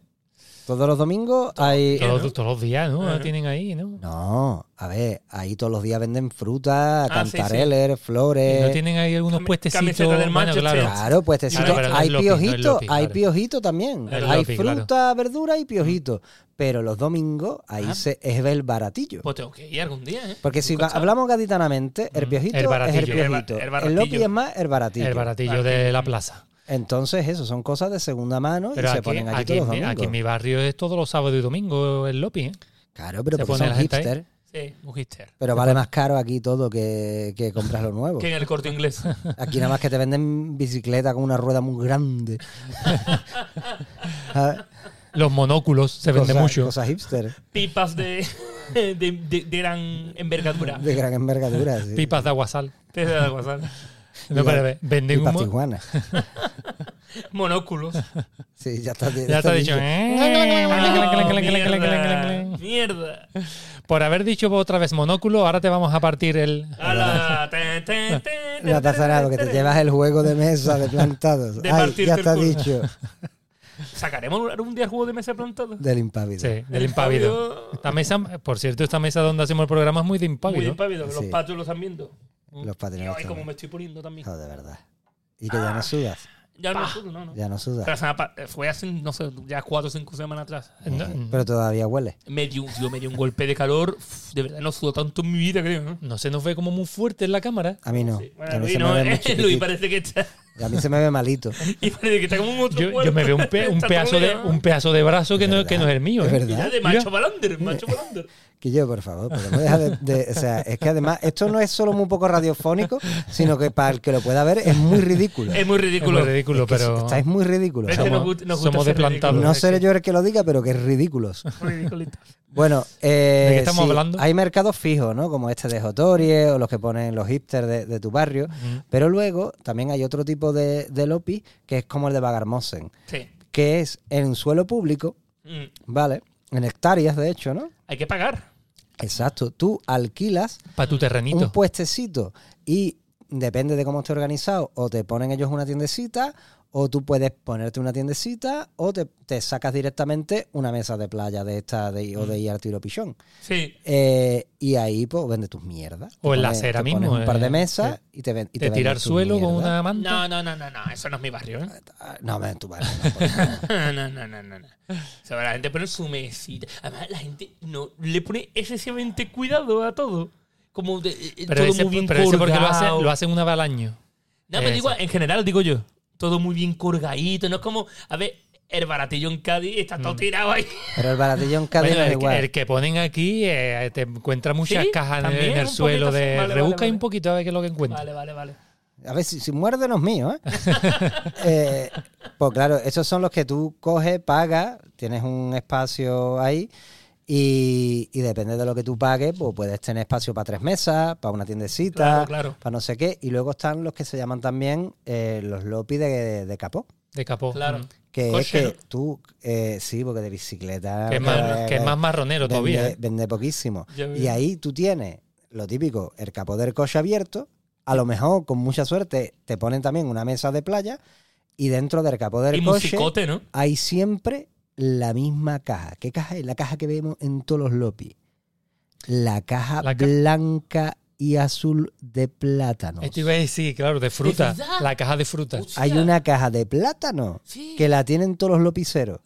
Speaker 1: Todos los domingos hay...
Speaker 2: todos,
Speaker 3: ¿no?
Speaker 2: todos los días, ¿no?
Speaker 3: Ajá.
Speaker 2: Tienen ahí, ¿no?
Speaker 1: No, a ver, ahí todos los días venden fruta,
Speaker 3: Ah, sí, sí.
Speaker 1: cantareles,
Speaker 2: Y
Speaker 1: flores...
Speaker 2: no tienen ahí algunos
Speaker 3: cami-
Speaker 2: puestecitos.
Speaker 3: camiseta del
Speaker 2: bueno,
Speaker 3: Manchester.
Speaker 2: claro.
Speaker 1: Claro, pues te
Speaker 2: Claro,
Speaker 1: cito,
Speaker 2: pero no es
Speaker 1: hay
Speaker 2: Lopi, no es
Speaker 1: piojito,
Speaker 2: Lopi,
Speaker 1: hay
Speaker 2: claro.
Speaker 1: piojito también.
Speaker 2: Es
Speaker 1: hay
Speaker 2: Lopi, claro.
Speaker 1: fruta, verdura y piojito. Pero los domingos ahí
Speaker 2: Ah.
Speaker 1: se, es el baratillo.
Speaker 3: Pues tengo que ir algún día, ¿eh?
Speaker 1: Porque si
Speaker 3: Nunca
Speaker 1: va-
Speaker 3: sabes.
Speaker 1: hablamos gaditanamente, el piojito es
Speaker 2: El
Speaker 1: el
Speaker 2: baratillo.
Speaker 3: El ba-
Speaker 1: piojito.
Speaker 3: el
Speaker 1: El,
Speaker 3: baratillo.
Speaker 1: lopi es más el baratillo.
Speaker 2: El baratillo de la plaza.
Speaker 1: Entonces, eso son cosas de segunda mano
Speaker 2: Pero
Speaker 1: y se
Speaker 2: aquí,
Speaker 1: ponen allí
Speaker 2: aquí
Speaker 1: todos
Speaker 2: en
Speaker 1: los
Speaker 2: mi,
Speaker 1: domingos.
Speaker 2: aquí en mi barrio es todos los sábados y domingos el Lopi, ¿eh?
Speaker 1: Claro, pero
Speaker 2: se
Speaker 1: porque
Speaker 2: pone
Speaker 1: son
Speaker 2: la gente ahí.
Speaker 1: hipster.
Speaker 3: Sí, un hipster.
Speaker 1: Pero vale más caro aquí todo que, que compras lo nuevo.
Speaker 3: Que en el corte inglés.
Speaker 1: Aquí nada más que te venden bicicleta con una rueda muy grande. Ah,
Speaker 2: Los monóculos se venden
Speaker 1: cosas-
Speaker 2: mucho.
Speaker 1: Cosas hipster
Speaker 3: Pipas de, [laughs] de, de- de gran envergadura.
Speaker 1: de gran envergadura. sí.
Speaker 2: Pipas de aguasal.
Speaker 3: Te da la guasal.
Speaker 2: No,
Speaker 1: Pipa-
Speaker 2: pero ve- venden
Speaker 1: pipa
Speaker 2: un... mo- [laughs]
Speaker 1: tijuana.
Speaker 3: Monóculos.
Speaker 1: Sí, ya está,
Speaker 2: Ya te he dicho... ¿eh?
Speaker 3: mierda. Ah, mierda.
Speaker 2: Por haber dicho otra vez monóculo, ahora te vamos a partir el...
Speaker 3: Ala, ten, ten, ten,
Speaker 1: Ya está
Speaker 3: ten,
Speaker 1: cerrado, que te
Speaker 3: ten.
Speaker 1: llevas el juego de mesa
Speaker 2: [laughs]
Speaker 1: de plantados.
Speaker 3: De
Speaker 1: Ay,
Speaker 3: partirte
Speaker 1: ya
Speaker 3: el
Speaker 1: está
Speaker 3: culo.
Speaker 1: dicho.
Speaker 3: ¿Sacaremos algún día el juego de mesa plantado?
Speaker 1: Del impávido.
Speaker 2: Sí, del
Speaker 3: El
Speaker 2: impávido.
Speaker 3: impávido.
Speaker 2: Esta mesa, por cierto, esta mesa donde hacemos el programa es muy de impávido.
Speaker 3: Muy impávido, que los
Speaker 1: Sí.
Speaker 3: patios lo están viendo.
Speaker 1: Los patrones.
Speaker 3: Ay, como me Ah. estoy poniendo también.
Speaker 1: de verdad. Y que ya no sudas.
Speaker 3: Ya no, sudo, no, no.
Speaker 1: Ya no
Speaker 3: Pero, o
Speaker 1: sudas.
Speaker 3: sea, pa- fue hace, no sé, ya cuatro o cinco semanas atrás.
Speaker 2: No,
Speaker 1: Eh, Pero todavía huele.
Speaker 3: Me dio, yo me dio un golpe de calor. Uf, De verdad, no sudo tanto en mi vida, creo. ¿no?
Speaker 2: no se nos ve como muy fuerte en la cámara.
Speaker 1: A mí no.
Speaker 3: Sí.
Speaker 1: a,
Speaker 3: Bueno,
Speaker 1: mí
Speaker 3: Luis,
Speaker 1: se me
Speaker 3: no, [laughs]
Speaker 1: ve
Speaker 3: eh,
Speaker 1: muy chiquitito.
Speaker 3: Luis parece que está,
Speaker 1: a mí se me ve
Speaker 3: [laughs]
Speaker 1: malito.
Speaker 3: y parece que está como un otro
Speaker 2: Yo, yo
Speaker 3: cuerpo.
Speaker 2: me veo un, pe- un
Speaker 3: Está
Speaker 2: pedazo de,
Speaker 3: todo
Speaker 2: un pedazo de brazo que no, que no es el mío.
Speaker 1: Es
Speaker 2: ¿eh?
Speaker 1: verdad.
Speaker 3: Ya de
Speaker 2: Mira.
Speaker 3: macho
Speaker 1: [laughs]
Speaker 3: balander, macho balander.
Speaker 1: Que yo, por favor, podemos dejar de, de- O sea, es que además esto no es solo muy poco radiofónico, sino que para el que lo pueda ver es muy ridículo.
Speaker 3: Es muy ridículo.
Speaker 2: Es muy ridículo,
Speaker 1: Que
Speaker 2: pero.
Speaker 1: Estáis muy ridículos.
Speaker 3: Es que
Speaker 2: Somos-
Speaker 3: nos gusta- nos gusta
Speaker 2: somos
Speaker 3: ser
Speaker 2: desplantados.
Speaker 3: ridículos.
Speaker 1: No seré yo el que lo diga, pero que ridículos.
Speaker 3: Ridiculito.
Speaker 1: Bueno, eh,
Speaker 2: ¿De qué estamos
Speaker 1: sí,
Speaker 2: hablando?
Speaker 1: hay mercados fijos, ¿no? Como este de Jotorie o los que ponen los hipsters de, de tu barrio. Pero luego también hay otro tipo de, de lopi que es como el de Bagarmosen,
Speaker 3: Sí.
Speaker 1: que es en suelo público,
Speaker 3: Mm,
Speaker 1: ¿vale? En hectáreas, de hecho, ¿no?
Speaker 3: Hay que pagar.
Speaker 1: Exacto. Tú alquilas
Speaker 2: Para tu
Speaker 1: un
Speaker 2: terrenito.
Speaker 1: puestecito y depende de cómo esté organizado, o te ponen ellos una tiendecita, o tú puedes ponerte una tiendecita, o te, te sacas directamente una mesa de playa de esta de, o de ir al tiro pichón.
Speaker 3: Sí.
Speaker 1: Eh, y ahí pues vende tus mierdas. Te
Speaker 2: O en la
Speaker 1: pones-
Speaker 2: acera
Speaker 1: te pones
Speaker 2: mismo,
Speaker 1: Un par de
Speaker 2: eh,
Speaker 1: mesas
Speaker 2: sí.
Speaker 1: y te ven- y te
Speaker 2: de
Speaker 1: venden
Speaker 2: tirar
Speaker 1: tus
Speaker 2: suelo con
Speaker 1: mierdas.
Speaker 2: una manta.
Speaker 3: No, no, no, no, no. Eso no es mi barrio, ¿eh? [laughs]
Speaker 1: Ah, No, me tu barrio, no, por favor.
Speaker 3: No, no, no, no. no. O sea, la gente pone su mesita. Además, la gente no le pone excesivamente cuidado a todo. Como de, eh,
Speaker 2: Pero
Speaker 3: todo
Speaker 2: ese,
Speaker 3: muy bien
Speaker 2: pero ese porque lo
Speaker 3: colgado.
Speaker 2: hacen, lo hacen una vez al año.
Speaker 3: No, pero
Speaker 2: Eso.
Speaker 3: digo, en general, digo yo. Todo muy bien colgadito. No es como, a ver, el baratillo en Cádiz está
Speaker 2: Mm.
Speaker 3: todo tirado ahí.
Speaker 1: Pero el baratillo en Cádiz
Speaker 2: [laughs] Bueno,
Speaker 1: no es
Speaker 2: el,
Speaker 1: igual.
Speaker 2: que- el que ponen aquí eh, te encuentra muchas
Speaker 3: Sí,
Speaker 2: cajas en el-
Speaker 3: también,
Speaker 2: en el
Speaker 3: un
Speaker 2: suelo
Speaker 3: poquito,
Speaker 2: de.
Speaker 3: vale, vale,
Speaker 2: rebusca ahí
Speaker 3: vale.
Speaker 2: un poquito a ver qué es lo que encuentra.
Speaker 3: Vale, vale, vale.
Speaker 1: A ver, si, si muerde no es mío,
Speaker 2: [laughs]
Speaker 1: ¿eh? Eh, Pues claro, esos son los que tú coges, pagas, tienes un espacio ahí y, y depende de lo que tú pagues, pues puedes tener espacio para tres mesas, para una tiendecita,
Speaker 3: Claro, claro.
Speaker 1: para no sé qué. Y luego están los que se llaman también eh, los lopi de, de capó.
Speaker 2: De capó.
Speaker 3: Claro.
Speaker 2: Mm.
Speaker 1: Que
Speaker 3: Coche,
Speaker 1: es que tú, eh, sí, porque de bicicleta... eh,
Speaker 2: Que es más, que es más marronero
Speaker 1: vende,
Speaker 2: todavía. ¿eh?
Speaker 1: vende poquísimo.
Speaker 3: Ya veo.
Speaker 1: Y ahí tú tienes lo típico, el capó del coche abierto. A lo mejor, con mucha suerte, te ponen también una mesa de playa. Y dentro del capó del
Speaker 3: Y
Speaker 1: coche
Speaker 3: musicote, ¿no?
Speaker 1: hay siempre la misma caja. ¿Qué caja es? La caja que vemos en todos los lopis. La caja
Speaker 2: La ca-
Speaker 1: blanca y azul de plátanos.
Speaker 2: Esto iba a decir, claro, de fruta.
Speaker 3: verdad?
Speaker 2: la caja de fruta.
Speaker 3: Hostia,
Speaker 1: Hay una caja de plátano
Speaker 3: Sí.
Speaker 1: que la tienen todos los lopiceros.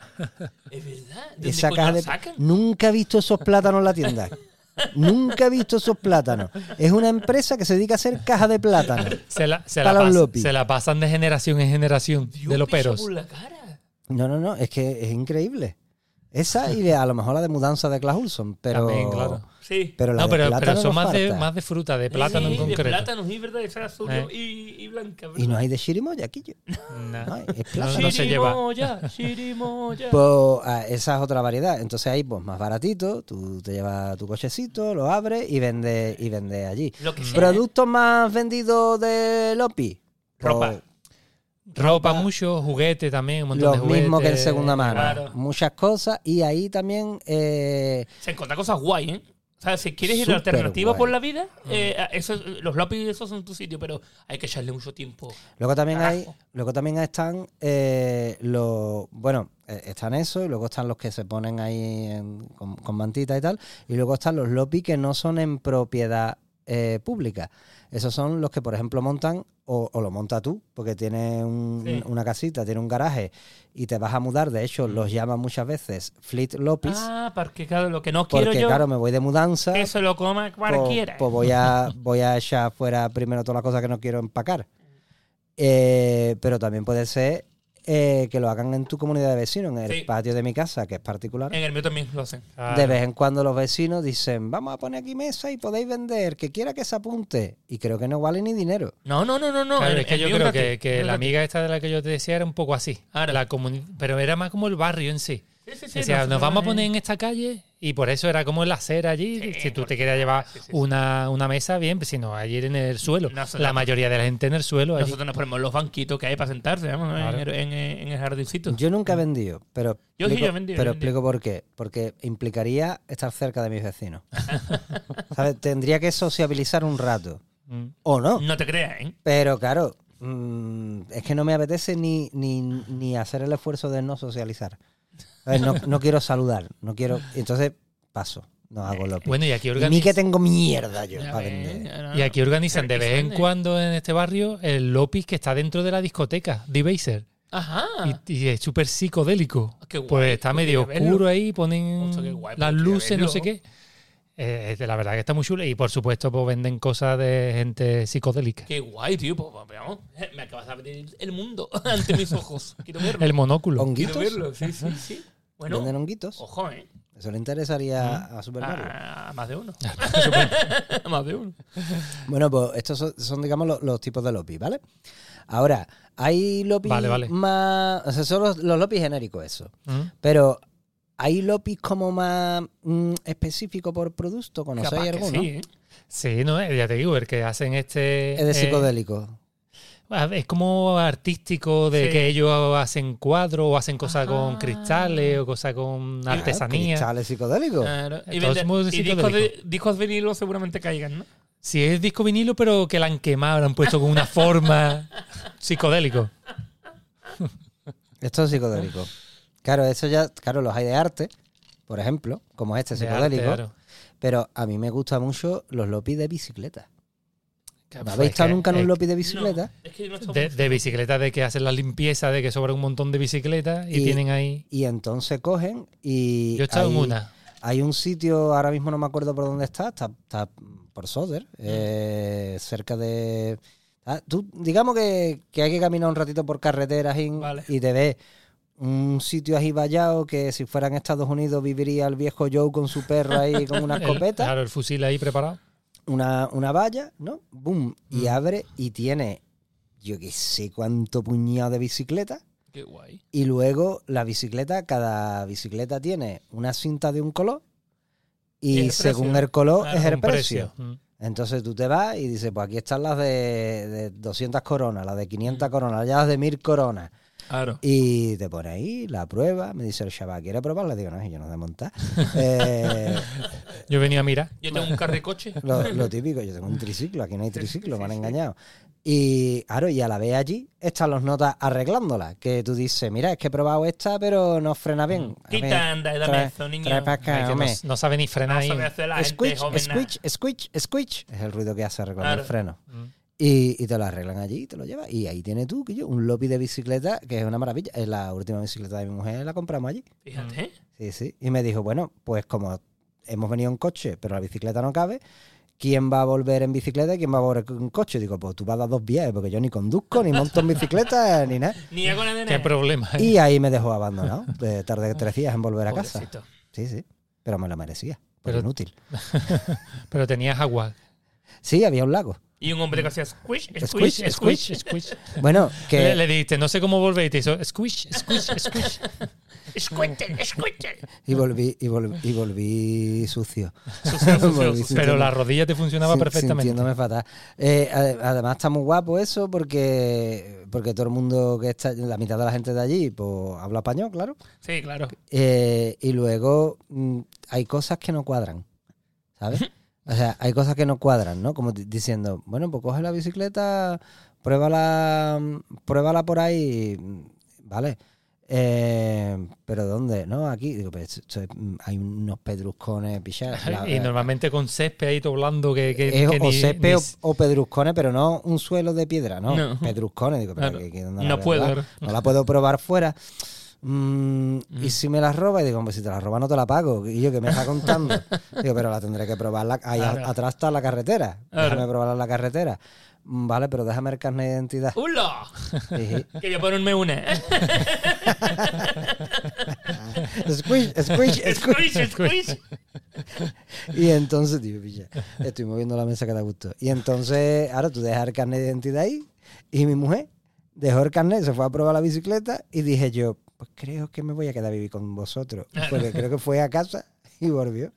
Speaker 3: Es verdad. ¿De dónde
Speaker 1: Esa
Speaker 3: coño
Speaker 1: caja
Speaker 3: la
Speaker 1: de-
Speaker 3: sacan?
Speaker 1: Nunca he visto esos plátanos en la tienda. Nunca he visto esos plátanos. Es una empresa que se dedica a hacer caja de plátanos.
Speaker 2: Se la, se, la
Speaker 1: Para los
Speaker 2: pas-
Speaker 1: Lopi.
Speaker 2: se la pasan de generación en generación
Speaker 3: Dios,
Speaker 2: de los
Speaker 3: piso
Speaker 2: peros.
Speaker 3: por la cara.
Speaker 1: No, no, no, es que es increíble. Esa y de- a lo mejor la de mudanza de Klaus Ulson, pero,
Speaker 2: También, claro.
Speaker 3: Sí.
Speaker 1: pero la
Speaker 2: No,
Speaker 1: de
Speaker 2: pero,
Speaker 1: plátano
Speaker 2: pero son
Speaker 1: no
Speaker 2: más de,
Speaker 1: falta.
Speaker 2: más de fruta, de plátano
Speaker 3: Sí, De
Speaker 2: en concreto.
Speaker 3: plátanos, es verdad, esa azul
Speaker 2: Eh.
Speaker 3: y, y blanca.
Speaker 1: Y no hay de chirimoya, Quillo.
Speaker 2: Nah.
Speaker 1: No hay, es
Speaker 2: [laughs] No,
Speaker 1: plátano.
Speaker 2: no se lleva. [laughs]
Speaker 3: Chirimoya, chirimoya.
Speaker 1: Pues, ah, esa es otra variedad. Entonces ahí, pues más baratito, tú te llevas tu cochecito, lo abres y vendes y vende allí.
Speaker 3: Lo
Speaker 2: ¿eh?
Speaker 3: que sea.
Speaker 1: ¿Productos más vendidos de Lopi? Pues,
Speaker 3: Ropa.
Speaker 2: Ropa mucho, juguete también, un montón de
Speaker 1: Lo
Speaker 2: juguetes.
Speaker 1: mismo que en segunda mano.
Speaker 3: claro.
Speaker 1: Muchas cosas. Y ahí también eh,
Speaker 3: Se encuentra cosas guay, ¿eh? O sea, si quieres ir
Speaker 1: Súper
Speaker 3: alternativa
Speaker 1: guay.
Speaker 3: por la vida, eh, a- eso, los lápices esos son tu sitio, pero hay que echarle mucho tiempo.
Speaker 1: Luego también hay,
Speaker 3: Carajo.
Speaker 1: luego también están eh, los, bueno, eh, están eso y luego están los que se ponen ahí en- con, con mantita y tal, y luego están los lopi que no son en propiedad eh, pública. Esos son los que, por ejemplo, montan o, o lo monta tú, porque tiene un-
Speaker 3: Sí. Mm.
Speaker 1: una casita, tiene un garaje y te vas a mudar. De hecho, los llaman muchas veces fleet lopis,
Speaker 3: Ah, porque claro, lo que no quiero
Speaker 1: porque
Speaker 3: yo,
Speaker 1: claro, me voy de mudanza.
Speaker 3: que se lo coma cualquiera.
Speaker 1: Pues, pues voy, a, voy a echar fuera primero todas las cosas que no quiero empacar. Eh, pero también puede ser eh, que lo hagan en tu comunidad de vecinos, en el
Speaker 3: Sí. Eh,
Speaker 1: patio de mi casa, que es particular.
Speaker 3: en el mío también lo hacen.
Speaker 2: Claro.
Speaker 1: De vez en cuando los vecinos dicen, vamos a poner aquí mesa y podéis vender, que quiera que se apunte. Y creo que no vale ni dinero.
Speaker 3: No, no, no, no, no.
Speaker 2: Claro,
Speaker 3: en-
Speaker 2: es que
Speaker 3: en
Speaker 2: yo
Speaker 3: mío
Speaker 2: creo
Speaker 3: es
Speaker 2: que,
Speaker 3: gratis,
Speaker 2: que
Speaker 3: es
Speaker 2: la
Speaker 3: gratis.
Speaker 2: amiga esta de la que yo te decía era un poco así. La comuni- pero era más como el barrio en sí.
Speaker 3: Sí, sí, sí,
Speaker 2: Decía, nos
Speaker 3: nosotros
Speaker 2: vamos a
Speaker 3: en-
Speaker 2: poner en esta calle y por eso era como la acera allí.
Speaker 3: Sí,
Speaker 2: si tú
Speaker 3: porque-
Speaker 2: te querías llevar
Speaker 3: sí, sí, sí.
Speaker 2: una, una mesa, bien, pues, si no, allí en el suelo.
Speaker 3: Nosotros-
Speaker 2: la mayoría de la gente en el suelo. allí.
Speaker 3: Nosotros nos ponemos los banquitos que hay para sentarse, vamos, en
Speaker 2: Pues Claro.
Speaker 3: el- en, el- en el jardincito.
Speaker 1: Yo nunca he vendido, pero
Speaker 3: Mm. Yo sí,
Speaker 1: explico,
Speaker 3: yo he vendido, yo
Speaker 1: pero
Speaker 3: he vendido.
Speaker 1: explico por qué. Porque implicaría estar cerca de mis
Speaker 3: [laughs]
Speaker 1: vecinos. ¿Sabes? Tendría que sociabilizar un rato.
Speaker 2: Mm.
Speaker 1: ¿O no?
Speaker 3: No te creas, ¿eh?
Speaker 1: Pero claro, mm, es que no me apetece ni, ni, ni hacer el esfuerzo de no socializar. A ver, no, no quiero saludar, no quiero. Entonces paso, no hago lo
Speaker 2: Bueno, y aquí
Speaker 1: Y ni
Speaker 2: organizan,
Speaker 1: que tengo mierda yo
Speaker 3: Ya
Speaker 1: para
Speaker 3: ves,
Speaker 1: vender.
Speaker 3: ya no.
Speaker 2: y aquí organizan de
Speaker 3: Pero
Speaker 2: vez en
Speaker 3: ¿dónde?
Speaker 2: cuando en este barrio el Lopis que está dentro de la discoteca, Debaser.
Speaker 3: Ajá.
Speaker 2: Y, y es súper psicodélico.
Speaker 3: Qué guay,
Speaker 2: pues está
Speaker 3: pues
Speaker 2: medio
Speaker 3: quería verlo.
Speaker 2: oscuro ahí, ponen
Speaker 3: Hostia, qué guay, pues
Speaker 2: las
Speaker 3: quería
Speaker 2: luces, no
Speaker 3: verlo.
Speaker 2: sé qué. Eh, eh, la verdad que está muy chulo. Y por supuesto, pues venden cosas de gente psicodélica.
Speaker 3: Qué guay, tío. Pues, pues, vamos, me acabas de abrir el mundo [laughs] ante mis ojos. Quiero verlo.
Speaker 2: El monóculo.
Speaker 3: Quiero
Speaker 1: ¿Honguitos?
Speaker 3: verlo, sí, sí, sí.
Speaker 1: ¿Venden
Speaker 3: Bueno, Ah.
Speaker 1: honguitos?
Speaker 3: ojo, ¿eh?
Speaker 1: Eso le interesaría a Super Mario.
Speaker 3: A, a más de
Speaker 2: [laughs]
Speaker 3: uno.
Speaker 2: Ah,
Speaker 3: a [laughs] más de uno.
Speaker 1: Bueno, pues estos son, son, digamos, los, los tipos de lopi, ¿vale? Ahora, hay lopis
Speaker 2: Vale, vale.
Speaker 1: más. O sea, son los, los lopis genéricos, eso.
Speaker 2: ¿Mm?
Speaker 1: Pero. ¿Hay lopis como más mm, específico por producto?
Speaker 3: Capaz
Speaker 1: ¿Conocéis
Speaker 3: que
Speaker 1: alguno?
Speaker 3: sí, ¿eh?
Speaker 2: Sí, no, eh, ya te digo, el que hacen este.
Speaker 1: Es de
Speaker 2: eh,
Speaker 1: psicodélico.
Speaker 2: a ver, es como artístico de
Speaker 3: Sí.
Speaker 2: que ellos hacen cuadros o hacen cosas con
Speaker 3: Ah.
Speaker 2: cristales o cosas con
Speaker 1: Ah,
Speaker 2: artesanía. Ah.
Speaker 1: cristales psicodélicos.
Speaker 3: Claro. Y,
Speaker 2: Todo
Speaker 3: vende-
Speaker 2: es muy
Speaker 3: y discos, de, discos vinilo seguramente caigan, ¿no?
Speaker 2: Si es disco vinilo, pero que la han quemado, la han puesto con
Speaker 3: [laughs]
Speaker 2: una forma psicodélico.
Speaker 1: Esto es psicodélico. Claro, eso ya, claro, los hay de arte, por ejemplo, como este
Speaker 2: De arte,
Speaker 1: psicodélico.
Speaker 2: claro.
Speaker 1: Pero a mí me gustan mucho los lopis de bicicleta. ¿No habéis
Speaker 2: Pues es que-
Speaker 1: estado nunca en
Speaker 2: es
Speaker 1: un
Speaker 2: que-
Speaker 1: lopi de bicicleta?
Speaker 3: No, es que no somos-
Speaker 2: De, de bicicletas, de que hacen la limpieza, de que sobra un montón de bicicletas y,
Speaker 1: Y-
Speaker 2: tienen ahí.
Speaker 1: Y entonces cogen y.
Speaker 2: Yo he estado en
Speaker 1: hay-
Speaker 2: una.
Speaker 1: Hay un sitio, ahora mismo no me acuerdo por dónde está, está, está por Soder, eh, cerca de... ah, tú, digamos que, que hay que caminar un ratito por carreteras y,
Speaker 3: Vale.
Speaker 1: y te ves un sitio ajiballado que si fuera en Estados Unidos viviría el viejo Joe con su perro ahí con una
Speaker 2: El-
Speaker 1: escopeta.
Speaker 2: claro, el fusil ahí preparado.
Speaker 1: una, una valla, ¿no? Boom. Y abre y tiene, yo qué sé cuánto puñado de bicicleta.
Speaker 3: Qué guay.
Speaker 1: Y luego la bicicleta, cada bicicleta tiene una cinta de un color.
Speaker 3: Y
Speaker 1: Y
Speaker 3: el
Speaker 1: según
Speaker 3: precio.
Speaker 1: el color
Speaker 2: Ah,
Speaker 1: es el
Speaker 2: un
Speaker 1: precio.
Speaker 2: Mm.
Speaker 1: Entonces tú te vas y dices, pues aquí están las de, de 200 coronas, las de 500
Speaker 3: Mm.
Speaker 1: coronas, ya las de 1000 coronas.
Speaker 3: Claro.
Speaker 1: Y te pone ahí, la prueba, me dice el chaval, ¿quiere probarla? Digo, no, yo no sé
Speaker 3: [laughs]
Speaker 1: montar. Eh,
Speaker 2: Yo venía a mirar.
Speaker 3: Yo tengo un carricoche.
Speaker 1: lo, lo típico, yo tengo un triciclo, aquí no hay triciclo, me han engañado. Y claro, y a la vez allí están los notas arreglándolas, que tú dices, mira, es que he probado esta, pero no frena bien. A ver,
Speaker 3: Quita, anda, y dame
Speaker 1: trae-
Speaker 3: eso, niño.
Speaker 1: Trae para acá,
Speaker 2: Ay, que no,
Speaker 1: Ah, hombre.
Speaker 2: no sabe ni frenar
Speaker 3: No
Speaker 2: ahí.
Speaker 3: sabe hacer la gente,
Speaker 1: Squitch,
Speaker 3: joven, nada.
Speaker 1: squitch, squitch, squitch. Es el ruido que hace arreglar
Speaker 3: Claro.
Speaker 1: el freno.
Speaker 2: Mm.
Speaker 1: Y, y te lo arreglan allí y te lo llevas. Y ahí tiene tú, que yo, un lopi de bicicleta, que es una maravilla. Es la última bicicleta de mi mujer, la compramos allí.
Speaker 3: Fíjate, ¿eh?
Speaker 1: Sí, sí. Y me dijo, bueno, pues como hemos venido en coche, pero la bicicleta no cabe, ¿quién va a volver en bicicleta y quién va a volver en coche? Digo, pues tú vas a dar dos vías, porque yo ni conduzco, ni monto en
Speaker 3: [laughs]
Speaker 1: bicicleta, ni nada.
Speaker 3: Ni hago nada de
Speaker 2: Qué
Speaker 3: nada.
Speaker 2: problema. ¿eh?
Speaker 1: Y ahí me dejó abandonado. de Tardé tres días en volver a casa.
Speaker 3: Pobrecito.
Speaker 1: Sí, sí. Pero me lo merecía. Pero
Speaker 2: Pero-
Speaker 1: inútil.
Speaker 2: [laughs] Pero tenías agua.
Speaker 1: Sí, había un lago.
Speaker 3: Y un hombre que hacía squish,
Speaker 1: Squish,
Speaker 3: squish, squish.
Speaker 2: Squish, squish. [laughs]
Speaker 1: Bueno,
Speaker 2: Le,
Speaker 1: que.
Speaker 2: le dijiste, no sé cómo volver y te hizo squish, squish,
Speaker 1: [laughs]
Speaker 2: squish.
Speaker 3: Squirtle, squirtle.
Speaker 1: Y volví, y volví, y volví sucio.
Speaker 3: Sucio, sucio,
Speaker 1: Volví
Speaker 3: sucio.
Speaker 2: Pero
Speaker 1: sintiéndome-
Speaker 2: la rodilla te funcionaba
Speaker 1: sin-
Speaker 2: perfectamente.
Speaker 1: Sintiéndome fatal. Eh, ade- además está muy guapo eso porque, porque todo el mundo que está, la mitad de la gente de allí, pues habla español, claro.
Speaker 3: Sí, claro.
Speaker 1: Eh, y luego mm, hay cosas que no cuadran, ¿sabes? O sea, hay cosas que no cuadran, ¿no? Como di- diciendo, bueno, pues coge la bicicleta, pruébala, mm, pruébala por ahí, mm, ¿vale? Eh, pero ¿dónde? No, aquí. Digo, pero esto- esto es- mm, hay unos pedruscones, pichadas. la-
Speaker 2: [laughs] Y normalmente con césped ahí doblando que, que,
Speaker 1: es
Speaker 2: que
Speaker 1: o
Speaker 2: ni-
Speaker 1: césped
Speaker 2: ni-
Speaker 1: o- o pedruscones, pero no un suelo de piedra, no.
Speaker 3: No.
Speaker 1: Pedruscones, digo, pero
Speaker 3: Claro.
Speaker 1: que- que ¿dónde
Speaker 3: No
Speaker 1: la-
Speaker 3: puedo.
Speaker 1: la- No la puedo probar fuera. Mm, Y si me la roba, y digo, hombre, si te la roba no te la pago. Y yo, que me está contando? digo, pero la tendré que probar. la- ahí a-
Speaker 2: Claro.
Speaker 1: atrás está la carretera.
Speaker 3: Claro.
Speaker 1: Déjame probarla en la carretera. Mm, Vale, pero déjame el carnet de identidad. [laughs]
Speaker 3: ¡Hola!
Speaker 1: Dije,
Speaker 3: Quería ponerme una. ¿eh?
Speaker 1: squish, squish, squish.
Speaker 3: Squish, squish.
Speaker 1: [laughs] Y entonces, tío, pilla, estoy moviendo la mesa que da gusto. Y entonces, ahora tú dejas el carnet de identidad ahí. Y mi mujer dejó el carnet, se fue a probar la bicicleta. Y dije yo, pues creo que me voy a quedar a vivir con vosotros. Porque creo que fue a casa y volvió.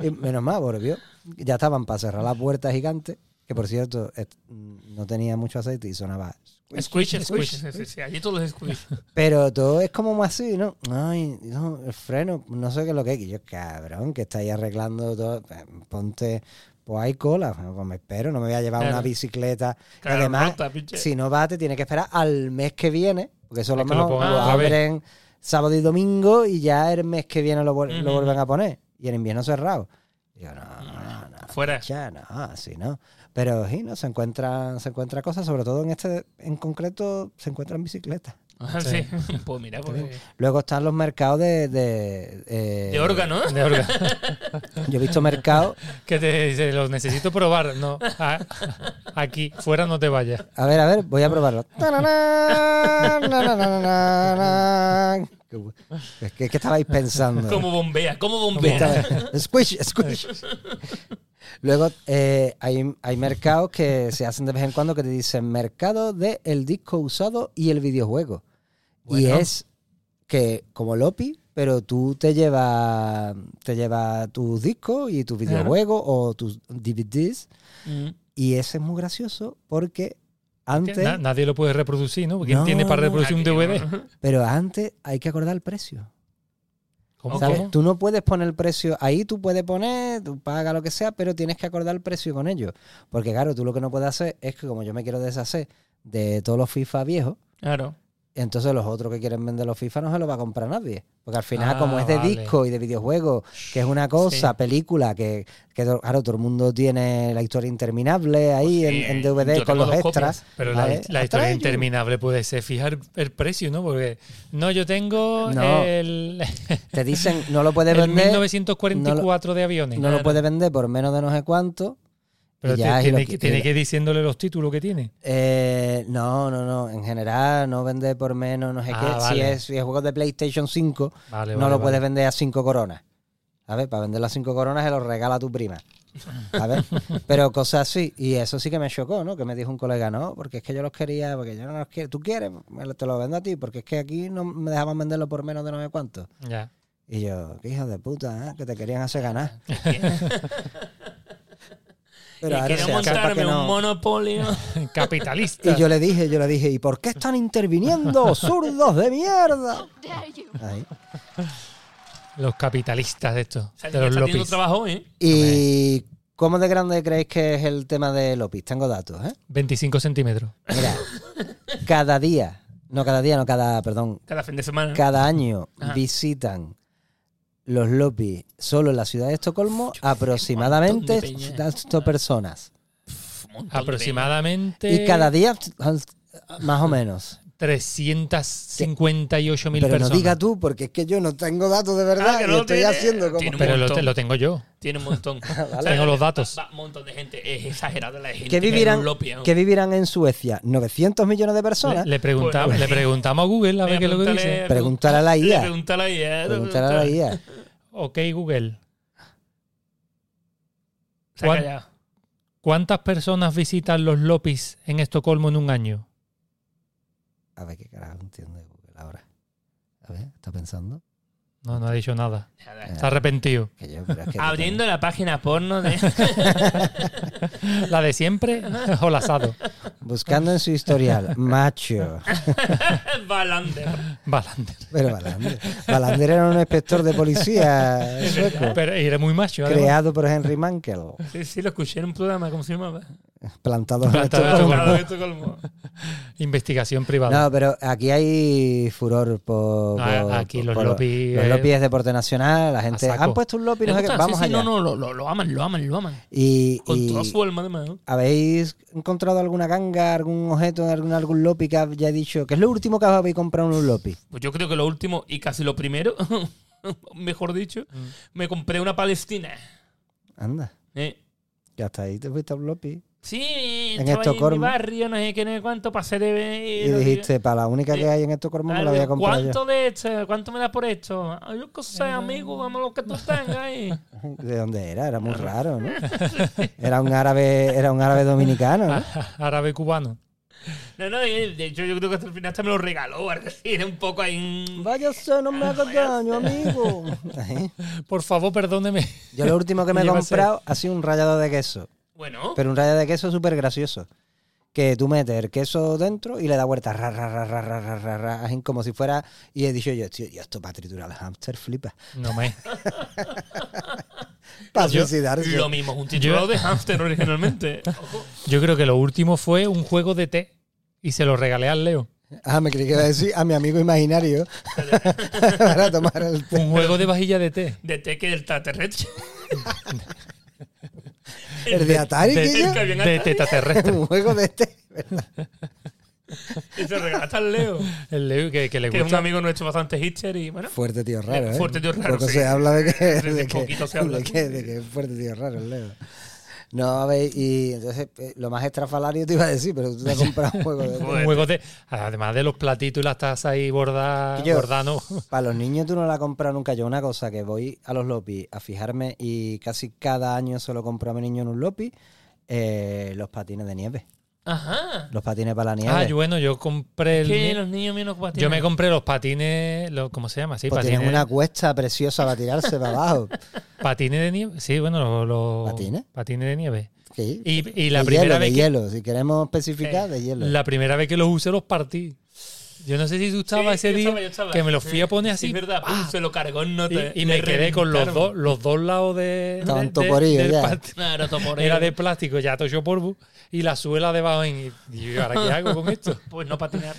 Speaker 1: Y menos mal, volvió. Ya estaban para cerrar la puerta gigante. Que por cierto, es- mm, no tenía mucho aceite y sonaba.
Speaker 3: Squish, squish. Sí, sí, sí. Allí todo es squish.
Speaker 1: Pero todo es como más así, ¿no? Ay, no, el freno, no sé qué es lo que es. Y yo, cabrón, que estáis arreglando todo. eh, Ponte, pues hay cola. Bueno, Pues me espero, no me voy a llevar
Speaker 3: Claro.
Speaker 1: una bicicleta. Y
Speaker 3: Claro,
Speaker 1: Además,
Speaker 3: rota, pinche.
Speaker 1: si no vas, te tienes que esperar al mes que viene, porque eso a lo
Speaker 2: Es que lo
Speaker 1: mejor lo,
Speaker 2: pongan otra vez.
Speaker 1: abren sábado y domingo y ya el mes que viene lo, vuel- lo
Speaker 3: Ujú.
Speaker 1: vuelven a poner. Y el invierno cerrado. Digo, no, no, no.
Speaker 3: Fuera.
Speaker 1: Ya, no, así no. Pero sí, no, se encuentran, se encuentra cosas, sobre todo en este, en concreto, se encuentran bicicletas.
Speaker 3: Ah, Sí. [laughs] Pues mira, pues.
Speaker 1: Luego están los mercados de. De, eh,
Speaker 3: De órgano, ¿eh?
Speaker 2: de órgano.
Speaker 3: [laughs]
Speaker 1: Yo he visto mercados.
Speaker 2: Que te dice, los necesito probar. No, a- [laughs] aquí, fuera no te vayas.
Speaker 1: A ver, a ver, voy a probarlo. Tararán, nanananananán. Qué bu- ¿Qué, qué, estabais pensando?
Speaker 3: Como bombea, como
Speaker 1: ¿Qué
Speaker 3: bombea.
Speaker 1: estabais- [laughs] Squish, squish. Luego eh, hay, hay mercados que se hacen de vez en cuando que te dicen mercado de el disco usado y el videojuego. Y
Speaker 2: Bueno.
Speaker 1: es que como Lopi, pero tú te llevas te lleva tus discos y tus
Speaker 3: Claro.
Speaker 1: videojuegos o tus DVDs.
Speaker 3: Mm.
Speaker 1: Y ese es muy gracioso porque antes,
Speaker 2: Na- nadie lo puede reproducir, ¿no? ¿Quién
Speaker 1: No,
Speaker 2: tiene para
Speaker 1: no.
Speaker 2: reproducir un
Speaker 3: Aquí,
Speaker 2: DVD?
Speaker 3: ¿no?
Speaker 1: pero antes hay que acordar el precio.
Speaker 2: ¿Cómo?
Speaker 1: ¿sabes?
Speaker 2: cómo?
Speaker 1: Tú no puedes poner el precio ahí, tú puedes poner, tú paga lo que sea, pero tienes que acordar el precio con ellos. Porque claro, tú lo que no puedes hacer es que como yo me quiero deshacer de todos los FIFA viejos,
Speaker 3: Claro.
Speaker 1: entonces los otros que quieren vender los FIFA no se los va a comprar nadie. Porque al final,
Speaker 2: Ah,
Speaker 1: como es de
Speaker 2: vale.
Speaker 1: disco y de videojuegos, que es una cosa, película, que, que to- claro, todo el mundo tiene la historia interminable ahí
Speaker 3: Pues
Speaker 1: en,
Speaker 3: sí,
Speaker 1: en
Speaker 3: yo
Speaker 1: DVD con
Speaker 3: tengo
Speaker 1: los
Speaker 3: dos
Speaker 1: extras.
Speaker 2: Pero la,
Speaker 1: ¿vale?
Speaker 2: la historia
Speaker 1: Atrás, yo-
Speaker 2: interminable puede ser fijar el precio, ¿no? Porque no, yo tengo
Speaker 1: No.
Speaker 2: el,
Speaker 1: Te dicen,
Speaker 2: [laughs]
Speaker 1: no lo puedes
Speaker 2: el
Speaker 1: vender,
Speaker 2: 1944 de aviones.
Speaker 1: no lo puedes vender por menos de no sé cuánto. Y
Speaker 2: Pero
Speaker 1: ya,
Speaker 2: ti-
Speaker 1: y
Speaker 2: tiene,
Speaker 1: lo
Speaker 2: que,
Speaker 1: que-
Speaker 2: tiene
Speaker 1: y-
Speaker 2: que ir diciéndole los títulos que tiene.
Speaker 1: Eh, no, no, no. En general, no vende por menos, no sé
Speaker 2: Ah,
Speaker 1: qué. Si,
Speaker 2: vale.
Speaker 1: es, si es juego de PlayStation 5,
Speaker 2: Vale,
Speaker 1: no
Speaker 2: vale,
Speaker 1: lo
Speaker 2: vale.
Speaker 1: puedes vender a 5 coronas. A ver, para vender las 5 coronas se lo regala a tu prima. A
Speaker 2: [laughs]
Speaker 1: ver, pero cosas así. Y eso sí que me chocó, ¿no? Que me dijo un colega, no, porque es que yo los quería, porque yo no los quiero. Tú quieres, Me lo- te lo vendo a ti, porque es que aquí no me dejaban venderlo por menos de no sé cuánto. [laughs]
Speaker 2: Ya.
Speaker 1: Y yo, qué hijo de puta, ¿eh? que te querían hacer ganar.
Speaker 3: Y
Speaker 1: ahora
Speaker 3: quiero
Speaker 1: se hace para
Speaker 3: montarme
Speaker 1: que
Speaker 3: un
Speaker 1: no-
Speaker 3: monopolio.
Speaker 2: Capitalista.
Speaker 1: Y yo le dije, yo le dije, ¿y por qué están interviniendo, zurdos de mierda? Ahí.
Speaker 2: Los capitalistas de estos.
Speaker 3: O sea,
Speaker 2: de
Speaker 3: ya
Speaker 2: los
Speaker 3: está haciendo
Speaker 2: Lopis.
Speaker 3: trabajo, ¿eh?
Speaker 1: ¿Y cómo de grande creéis que es el tema de Lopis? Tengo datos, ¿eh?
Speaker 2: 25 centímetros.
Speaker 1: Mira, cada día, no cada día, no cada, perdón,
Speaker 3: Cada fin de semana.
Speaker 1: cada año
Speaker 3: Ajá.
Speaker 1: visitan los Lopis solo en la ciudad de Estocolmo aproximadamente
Speaker 3: montón de peña.
Speaker 1: 8 personas.
Speaker 3: Pf, un montón de
Speaker 2: Aproximadamente
Speaker 1: Y cada día, más o menos.
Speaker 2: 358 mil
Speaker 1: Pero
Speaker 2: personas.
Speaker 1: no diga tú, porque es que yo no tengo datos de verdad
Speaker 3: Ah, que
Speaker 1: y
Speaker 3: no lo
Speaker 1: estoy
Speaker 3: tiene.
Speaker 1: haciendo como...
Speaker 3: Tiene un
Speaker 2: Pero lo,
Speaker 3: montón.
Speaker 2: te- lo tengo yo.
Speaker 3: peña. Tiene un [laughs] montón. O sea,
Speaker 2: Tengo los datos.
Speaker 3: va- va Un montón de gente. Es exagerada la gente.
Speaker 1: ¿Qué
Speaker 3: que
Speaker 1: vivirán,
Speaker 3: es un lopio.
Speaker 1: qué vivirán en Suecia? ¿900 millones de personas?
Speaker 2: Le, le pregunta-
Speaker 3: Bueno,
Speaker 2: le preguntamos a Google a ver
Speaker 3: Venga,
Speaker 2: qué es lo que
Speaker 3: pregúntale-
Speaker 2: dice.
Speaker 1: Preguntar a la
Speaker 3: Le
Speaker 1: IA.
Speaker 3: Preguntar a la IA.
Speaker 1: Preguntar a la IA.
Speaker 2: Ok, Google.
Speaker 3: Se ha
Speaker 2: ¿Cuán-
Speaker 3: callado.
Speaker 2: ¿Cuántas personas visitan los Lopis en Estocolmo en un año?
Speaker 1: A ver qué carajo entiende Google ahora. A ver, ¿está pensando?
Speaker 2: No, no ha dicho nada.
Speaker 3: Nada.
Speaker 1: Eh,
Speaker 2: Está arrepentido.
Speaker 1: que yo, pero es que-
Speaker 3: Abriendo la página porno [laughs] de...
Speaker 2: ¿La de siempre [laughs] o la asado?
Speaker 1: Buscando en su historial, macho.
Speaker 3: Balander.
Speaker 2: Balander.
Speaker 1: Pero Balander. Balander era un inspector de policía sueco,
Speaker 2: Pero era muy macho. además.
Speaker 1: creado por Henry Mankell,
Speaker 3: Sí, sí, lo escuché en un programa. ¿Cómo se llamaba?
Speaker 1: plantado en
Speaker 2: Plantado en
Speaker 1: Estocolmo.
Speaker 3: Colmado de Estocolmo.
Speaker 2: Investigación privada.
Speaker 1: No, pero aquí hay furor por.
Speaker 3: Ah,
Speaker 2: No,
Speaker 1: por-
Speaker 2: aquí los
Speaker 1: por-
Speaker 2: Lopi,
Speaker 1: Los
Speaker 2: eh,
Speaker 1: Lopi es deporte nacional. La gente.
Speaker 2: saco.
Speaker 1: Han puesto un Lopi, no
Speaker 3: Le
Speaker 1: sé qué,
Speaker 3: gusta,
Speaker 1: Vamos
Speaker 3: sí, sí,
Speaker 1: allá.
Speaker 3: No, no, lo, lo- lo aman, lo aman, lo aman.
Speaker 1: Y,
Speaker 3: Con
Speaker 1: y-
Speaker 3: toda su alma, además. ¿no?
Speaker 1: ¿Habéis encontrado alguna ganga, algún objeto, algún, algún lopi que haya dicho? que es lo último que habéis comprado en un lopi?
Speaker 3: Pues yo creo que lo último y casi lo primero, [laughs] mejor dicho,
Speaker 1: Mm.
Speaker 3: me compré una Palestina.
Speaker 1: Anda,
Speaker 3: Eh,
Speaker 1: ya hasta ahí te fuiste a un lopi.
Speaker 3: Sí,
Speaker 1: En
Speaker 3: estaba ahí en mi
Speaker 1: Estocolmo.
Speaker 3: barrio, no sé qué, no sé cuánto, pasé de ver.
Speaker 1: Y dijiste, para la única que
Speaker 3: Sí.
Speaker 1: hay en Estocolmo me la voy a comprar
Speaker 3: ¿Cuánto de esto? ¿Cuánto me da por esto? Ay, yo qué sé,
Speaker 2: Ah.
Speaker 3: amigo, vamos lo que tú tengas ahí.
Speaker 1: yo. [laughs] ¿De dónde era? Era muy raro, [laughs] ¿no? Era un árabe, era un árabe dominicano, ¿no?
Speaker 2: [laughs]
Speaker 1: [laughs]
Speaker 2: Árabe cubano.
Speaker 3: No, no, y de hecho yo creo que hasta el final hasta me lo regaló, [laughs] o algo así, era un poco ahí... un-
Speaker 1: Váyase, no me hagas daño, amigo. [laughs] Ahí.
Speaker 2: Por favor, perdóneme.
Speaker 1: Yo lo último que me he
Speaker 2: Llévase.
Speaker 1: comprado ha sido un rallado de queso.
Speaker 3: Bueno,
Speaker 1: Pero un rallado de queso súper gracioso. Que tú metes el queso dentro y le da vueltas, ra, ra, ra, ra, ra, ra, ra, ra, así como si fuera. Y he dicho yo, tío, yo esto para triturar al hámster flipa.
Speaker 2: No me.
Speaker 1: Para
Speaker 2: Yo-
Speaker 1: suicidarse.
Speaker 3: lo mismo, es un título de hamster
Speaker 2: [laughs]
Speaker 3: originalmente. Ojo.
Speaker 2: Yo creo que lo último fue un juego de té y se lo regalé al Leo.
Speaker 1: Ah, me creí que iba a decir a mi amigo
Speaker 3: [laughs]
Speaker 1: imaginario [laughs] para tomar el té.
Speaker 2: Un juego de vajilla de té.
Speaker 3: De té que el extraterrestre.
Speaker 1: El de Atari,
Speaker 2: de-
Speaker 1: Guillo.
Speaker 3: el que había en
Speaker 2: De
Speaker 3: Atari.
Speaker 2: tetaterrestre.
Speaker 1: Un juego de té.
Speaker 3: [laughs] Y se regalaste al Leo,
Speaker 2: El Leo que, que le
Speaker 3: que es un
Speaker 2: gusta.
Speaker 3: amigo nuestro bastante hipster y bueno...
Speaker 1: Fuerte tío raro, ¿eh?
Speaker 3: Fuerte tío raro,
Speaker 1: Poco
Speaker 3: sí.
Speaker 1: se habla de que,
Speaker 3: Sí,
Speaker 1: de, que,
Speaker 3: poquito se habla.
Speaker 1: de que- de que es fuerte tío raro el Leo. No, a ver, y entonces eh, lo más estrafalario te iba a decir, pero tú te has comprado un juego
Speaker 3: [laughs]
Speaker 1: de té.
Speaker 2: Un juego de. Además de los platitos y las tazas ahí borda,
Speaker 1: Yo- [laughs]
Speaker 2: [laughs] bordano.
Speaker 1: Para los niños tú no la compras nunca. Yo una cosa que voy a los Lopi a fijarme y casi cada año solo compro a mi niño en un Lopi eh, los patines de nieve.
Speaker 3: Ajá.
Speaker 1: Los patines para la nieve.
Speaker 2: Ah, yo, bueno, yo compré el.
Speaker 3: Que los niños menos patinan.
Speaker 2: Yo me compré los patines, los- ¿cómo se llama? Sí,
Speaker 1: Pues
Speaker 2: patines,
Speaker 1: tienen una cuesta preciosa para tirarse para
Speaker 2: [laughs]
Speaker 1: abajo.
Speaker 2: patines de nieve. Sí, bueno, los, los-
Speaker 1: ¿Patines?
Speaker 2: de nieve.
Speaker 1: Sí.
Speaker 2: Y, y la
Speaker 1: De
Speaker 2: primera
Speaker 1: hielo,
Speaker 2: vez
Speaker 1: de
Speaker 2: que, Eh,
Speaker 1: hielo. Si queremos especificar, de hielo.
Speaker 2: la primera vez que los usé los partí. Yo no sé si tú estabas
Speaker 3: Sí,
Speaker 2: ese
Speaker 3: yo
Speaker 2: día
Speaker 3: estaba, yo estaba.
Speaker 2: que me los fui a poner
Speaker 3: Sí,
Speaker 2: así
Speaker 3: es verdad,
Speaker 2: ¡pah!
Speaker 3: pum, se lo cargó en nota.
Speaker 2: y, y
Speaker 3: Le
Speaker 2: me quedé con los
Speaker 3: reventaron.
Speaker 2: dos los dos lados de,
Speaker 1: Estaban
Speaker 2: de-
Speaker 1: toporillos
Speaker 2: del
Speaker 1: ya.
Speaker 2: pat-
Speaker 3: No, era toporero.
Speaker 2: Era de plástico, ya tocho polvo y la suela debajo en y yo, ¿ahora qué hago con
Speaker 3: [laughs]
Speaker 2: esto?
Speaker 3: Pues no
Speaker 2: [laughs]
Speaker 3: patinar.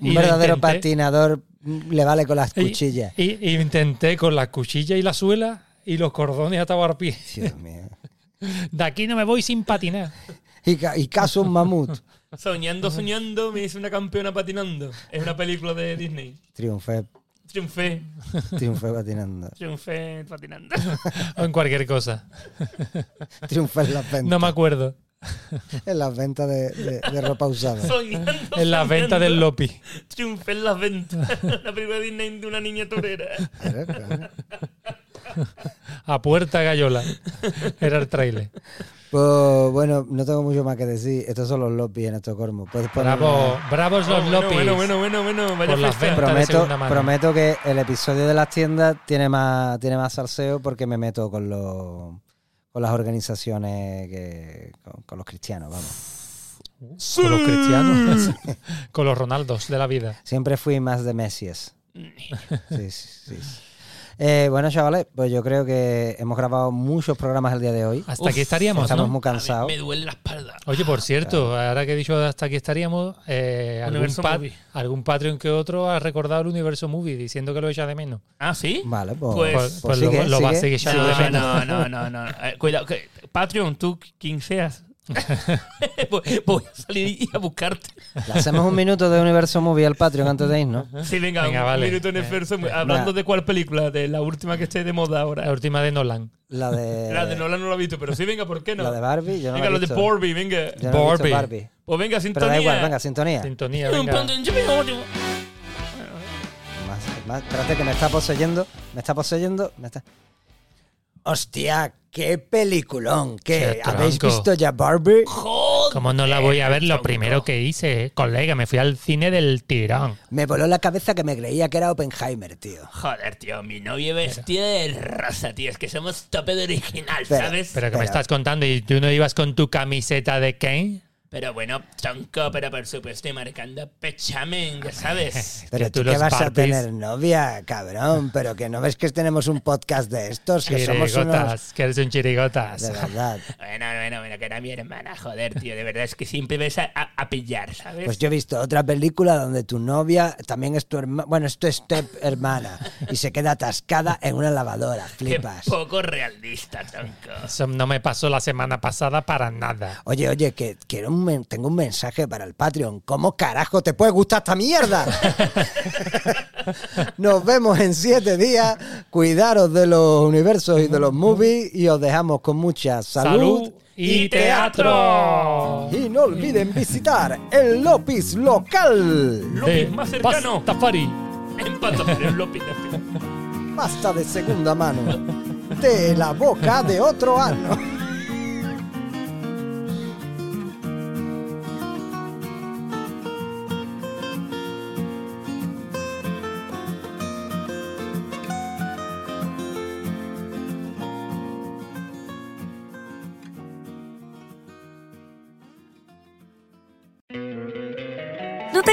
Speaker 2: y
Speaker 1: Un
Speaker 2: lo
Speaker 1: verdadero
Speaker 2: intenté.
Speaker 1: patinador mm, le vale con las
Speaker 2: Y-
Speaker 1: cuchillas.
Speaker 2: Y, y intenté con la cuchilla y la suela y los cordones atados al pie. [laughs]
Speaker 1: Dios mío.
Speaker 2: De aquí no me voy
Speaker 3: [laughs]
Speaker 2: sin patinar.
Speaker 1: Y, ca- y caso un mamut.
Speaker 3: Soñando, soñando, me hice una campeona patinando. Es una película de Disney.
Speaker 1: Triunfé,
Speaker 3: Triunfé,
Speaker 1: triunfé patinando.
Speaker 3: triunfé patinando.
Speaker 2: O en cualquier cosa.
Speaker 1: Triunfé en la penta.
Speaker 2: No me acuerdo.
Speaker 1: en las ventas de, de- de ropa usada.
Speaker 3: [laughs] Soñando,
Speaker 2: En las
Speaker 3: soñando.
Speaker 2: ventas del Lopi.
Speaker 3: Triunfa en las ventas. [laughs] La primera Disney de una niña torera.
Speaker 1: Claro, claro.
Speaker 2: A
Speaker 3: [laughs]
Speaker 2: puerta gallola. Era el trailer.
Speaker 1: Pues bueno, no tengo mucho más que decir. Estos son los Lopi en Estocolmo. Puedes poner-
Speaker 2: Bravo, bravos los
Speaker 3: bueno,
Speaker 2: Lopis.
Speaker 3: bueno, bueno, bueno, bueno. Vaya
Speaker 2: Por las
Speaker 3: fiesta.
Speaker 2: ventas. Está de
Speaker 1: Prometo,
Speaker 2: segunda mano.
Speaker 1: prometo que el episodio de las tiendas tiene más, tiene más salseo porque me meto con los con las organizaciones que. con, con los cristianos, vamos.
Speaker 2: Con los cristianos. [laughs] Con los Ronaldos de la vida.
Speaker 1: Siempre fui más de Messias. Sí, sí, sí. Eh, bueno, chavales, pues yo creo que hemos grabado muchos programas el día de hoy.
Speaker 2: Hasta
Speaker 3: Uf,
Speaker 2: aquí estaríamos,
Speaker 1: Estamos
Speaker 2: ¿no?
Speaker 1: muy cansados.
Speaker 3: Me duele la espalda.
Speaker 2: Oye, por cierto, ahora que he dicho hasta aquí estaríamos, eh, algún,
Speaker 3: Universo
Speaker 2: pat-
Speaker 3: Movie.
Speaker 2: algún Patreon que otro ha recordado el universo movie diciendo que lo echa de menos.
Speaker 3: Ah, ¿sí?
Speaker 1: Vale, pues,
Speaker 3: Pues-
Speaker 2: Pues,
Speaker 1: pues
Speaker 2: pues lo,
Speaker 1: sigue,
Speaker 2: lo va a
Speaker 1: sigue.
Speaker 2: seguir echando de
Speaker 3: No,
Speaker 2: menos.
Speaker 3: no, no, no, no. Eh, Cuidado, que- Patreon, tú quien seas. [laughs] Voy- Voy a salir y a buscarte.
Speaker 1: Le hacemos un minuto de Universo Movie al Patreon antes de irnos.
Speaker 3: Sí, venga,
Speaker 2: Venga,
Speaker 3: un
Speaker 2: vale.
Speaker 3: minuto en el
Speaker 2: Eh,
Speaker 3: verso. Hablando de cuál película, de la última que esté de moda
Speaker 2: La
Speaker 3: ahora.
Speaker 2: última de Nolan.
Speaker 1: La de,
Speaker 3: La de Nolan no la he visto, pero sí, venga, ¿por qué no?
Speaker 1: la de Barbie, yo no
Speaker 3: Venga,
Speaker 1: la
Speaker 3: lo
Speaker 1: he
Speaker 3: de
Speaker 1: visto.
Speaker 3: Barbie, venga.
Speaker 1: Yo no la he visto
Speaker 2: Barbie.
Speaker 1: Barbie.
Speaker 3: Pues venga,
Speaker 1: Pero
Speaker 3: sintonía.
Speaker 1: da igual, venga, sintonía.
Speaker 2: Sintonía, venga.
Speaker 1: Más, más, espérate que me está poseyendo, me está poseyendo, me está. Hostia, qué peliculón,
Speaker 2: Qué
Speaker 1: ¿qué? ¿Habéis
Speaker 2: tronco.
Speaker 1: visto ya Barbie?
Speaker 2: Como no la voy a ver, lo primero que hice, eh, colega, me fui al cine del tirón.
Speaker 1: Me voló la cabeza que me creía que era Oppenheimer, tío.
Speaker 3: Joder, tío, mi novia vestida de raza, tío. Es que somos tope de original,
Speaker 1: Pero-
Speaker 3: ¿sabes? Pero,
Speaker 2: Pero que
Speaker 1: Pero-
Speaker 2: me estás contando y tú no ibas con tu camiseta de Kane.
Speaker 3: bueno, tronco, pero por supuesto, y marcando pechamen, ya [laughs] sabes.
Speaker 1: Pero
Speaker 2: que
Speaker 1: tú,
Speaker 2: tú
Speaker 1: que
Speaker 2: los
Speaker 1: vas a
Speaker 2: Barbies-
Speaker 1: tener novia, cabrón. Pero que no ves que tenemos un podcast de estos, que somos unos.
Speaker 2: Chirigotas, que eres un
Speaker 1: De
Speaker 2: chirigotas.
Speaker 1: verdad.
Speaker 3: Bueno, bueno, bueno, que era mi hermana, joder, tío. De verdad es que siempre ves a, a- a pillar, ¿sabes?
Speaker 1: Pues yo he visto otra película donde tu novia también es tu hermana. Bueno, es tu step hermana. Y se queda atascada en una lavadora.
Speaker 3: Qué
Speaker 1: Flipas.
Speaker 3: poco realista, tronco.
Speaker 2: Eso no me pasó la semana pasada para nada.
Speaker 1: Oye, oye, que quiero un men- tengo un mensaje para el Patreon. ¿Cómo carajo te puede gustar esta mierda?
Speaker 2: [laughs]
Speaker 1: Nos vemos en siete días. Cuidaros de los universos y de los movies y os dejamos con mucha salud.
Speaker 2: Salud y teatro.
Speaker 1: Y no olviden visitar el Lopis local.
Speaker 3: López más cercano.
Speaker 2: Eh, Tafari.
Speaker 3: En Patagones, López. tío.
Speaker 1: Pasta de segunda mano. De la boca de otro ano.
Speaker 5: ¿No te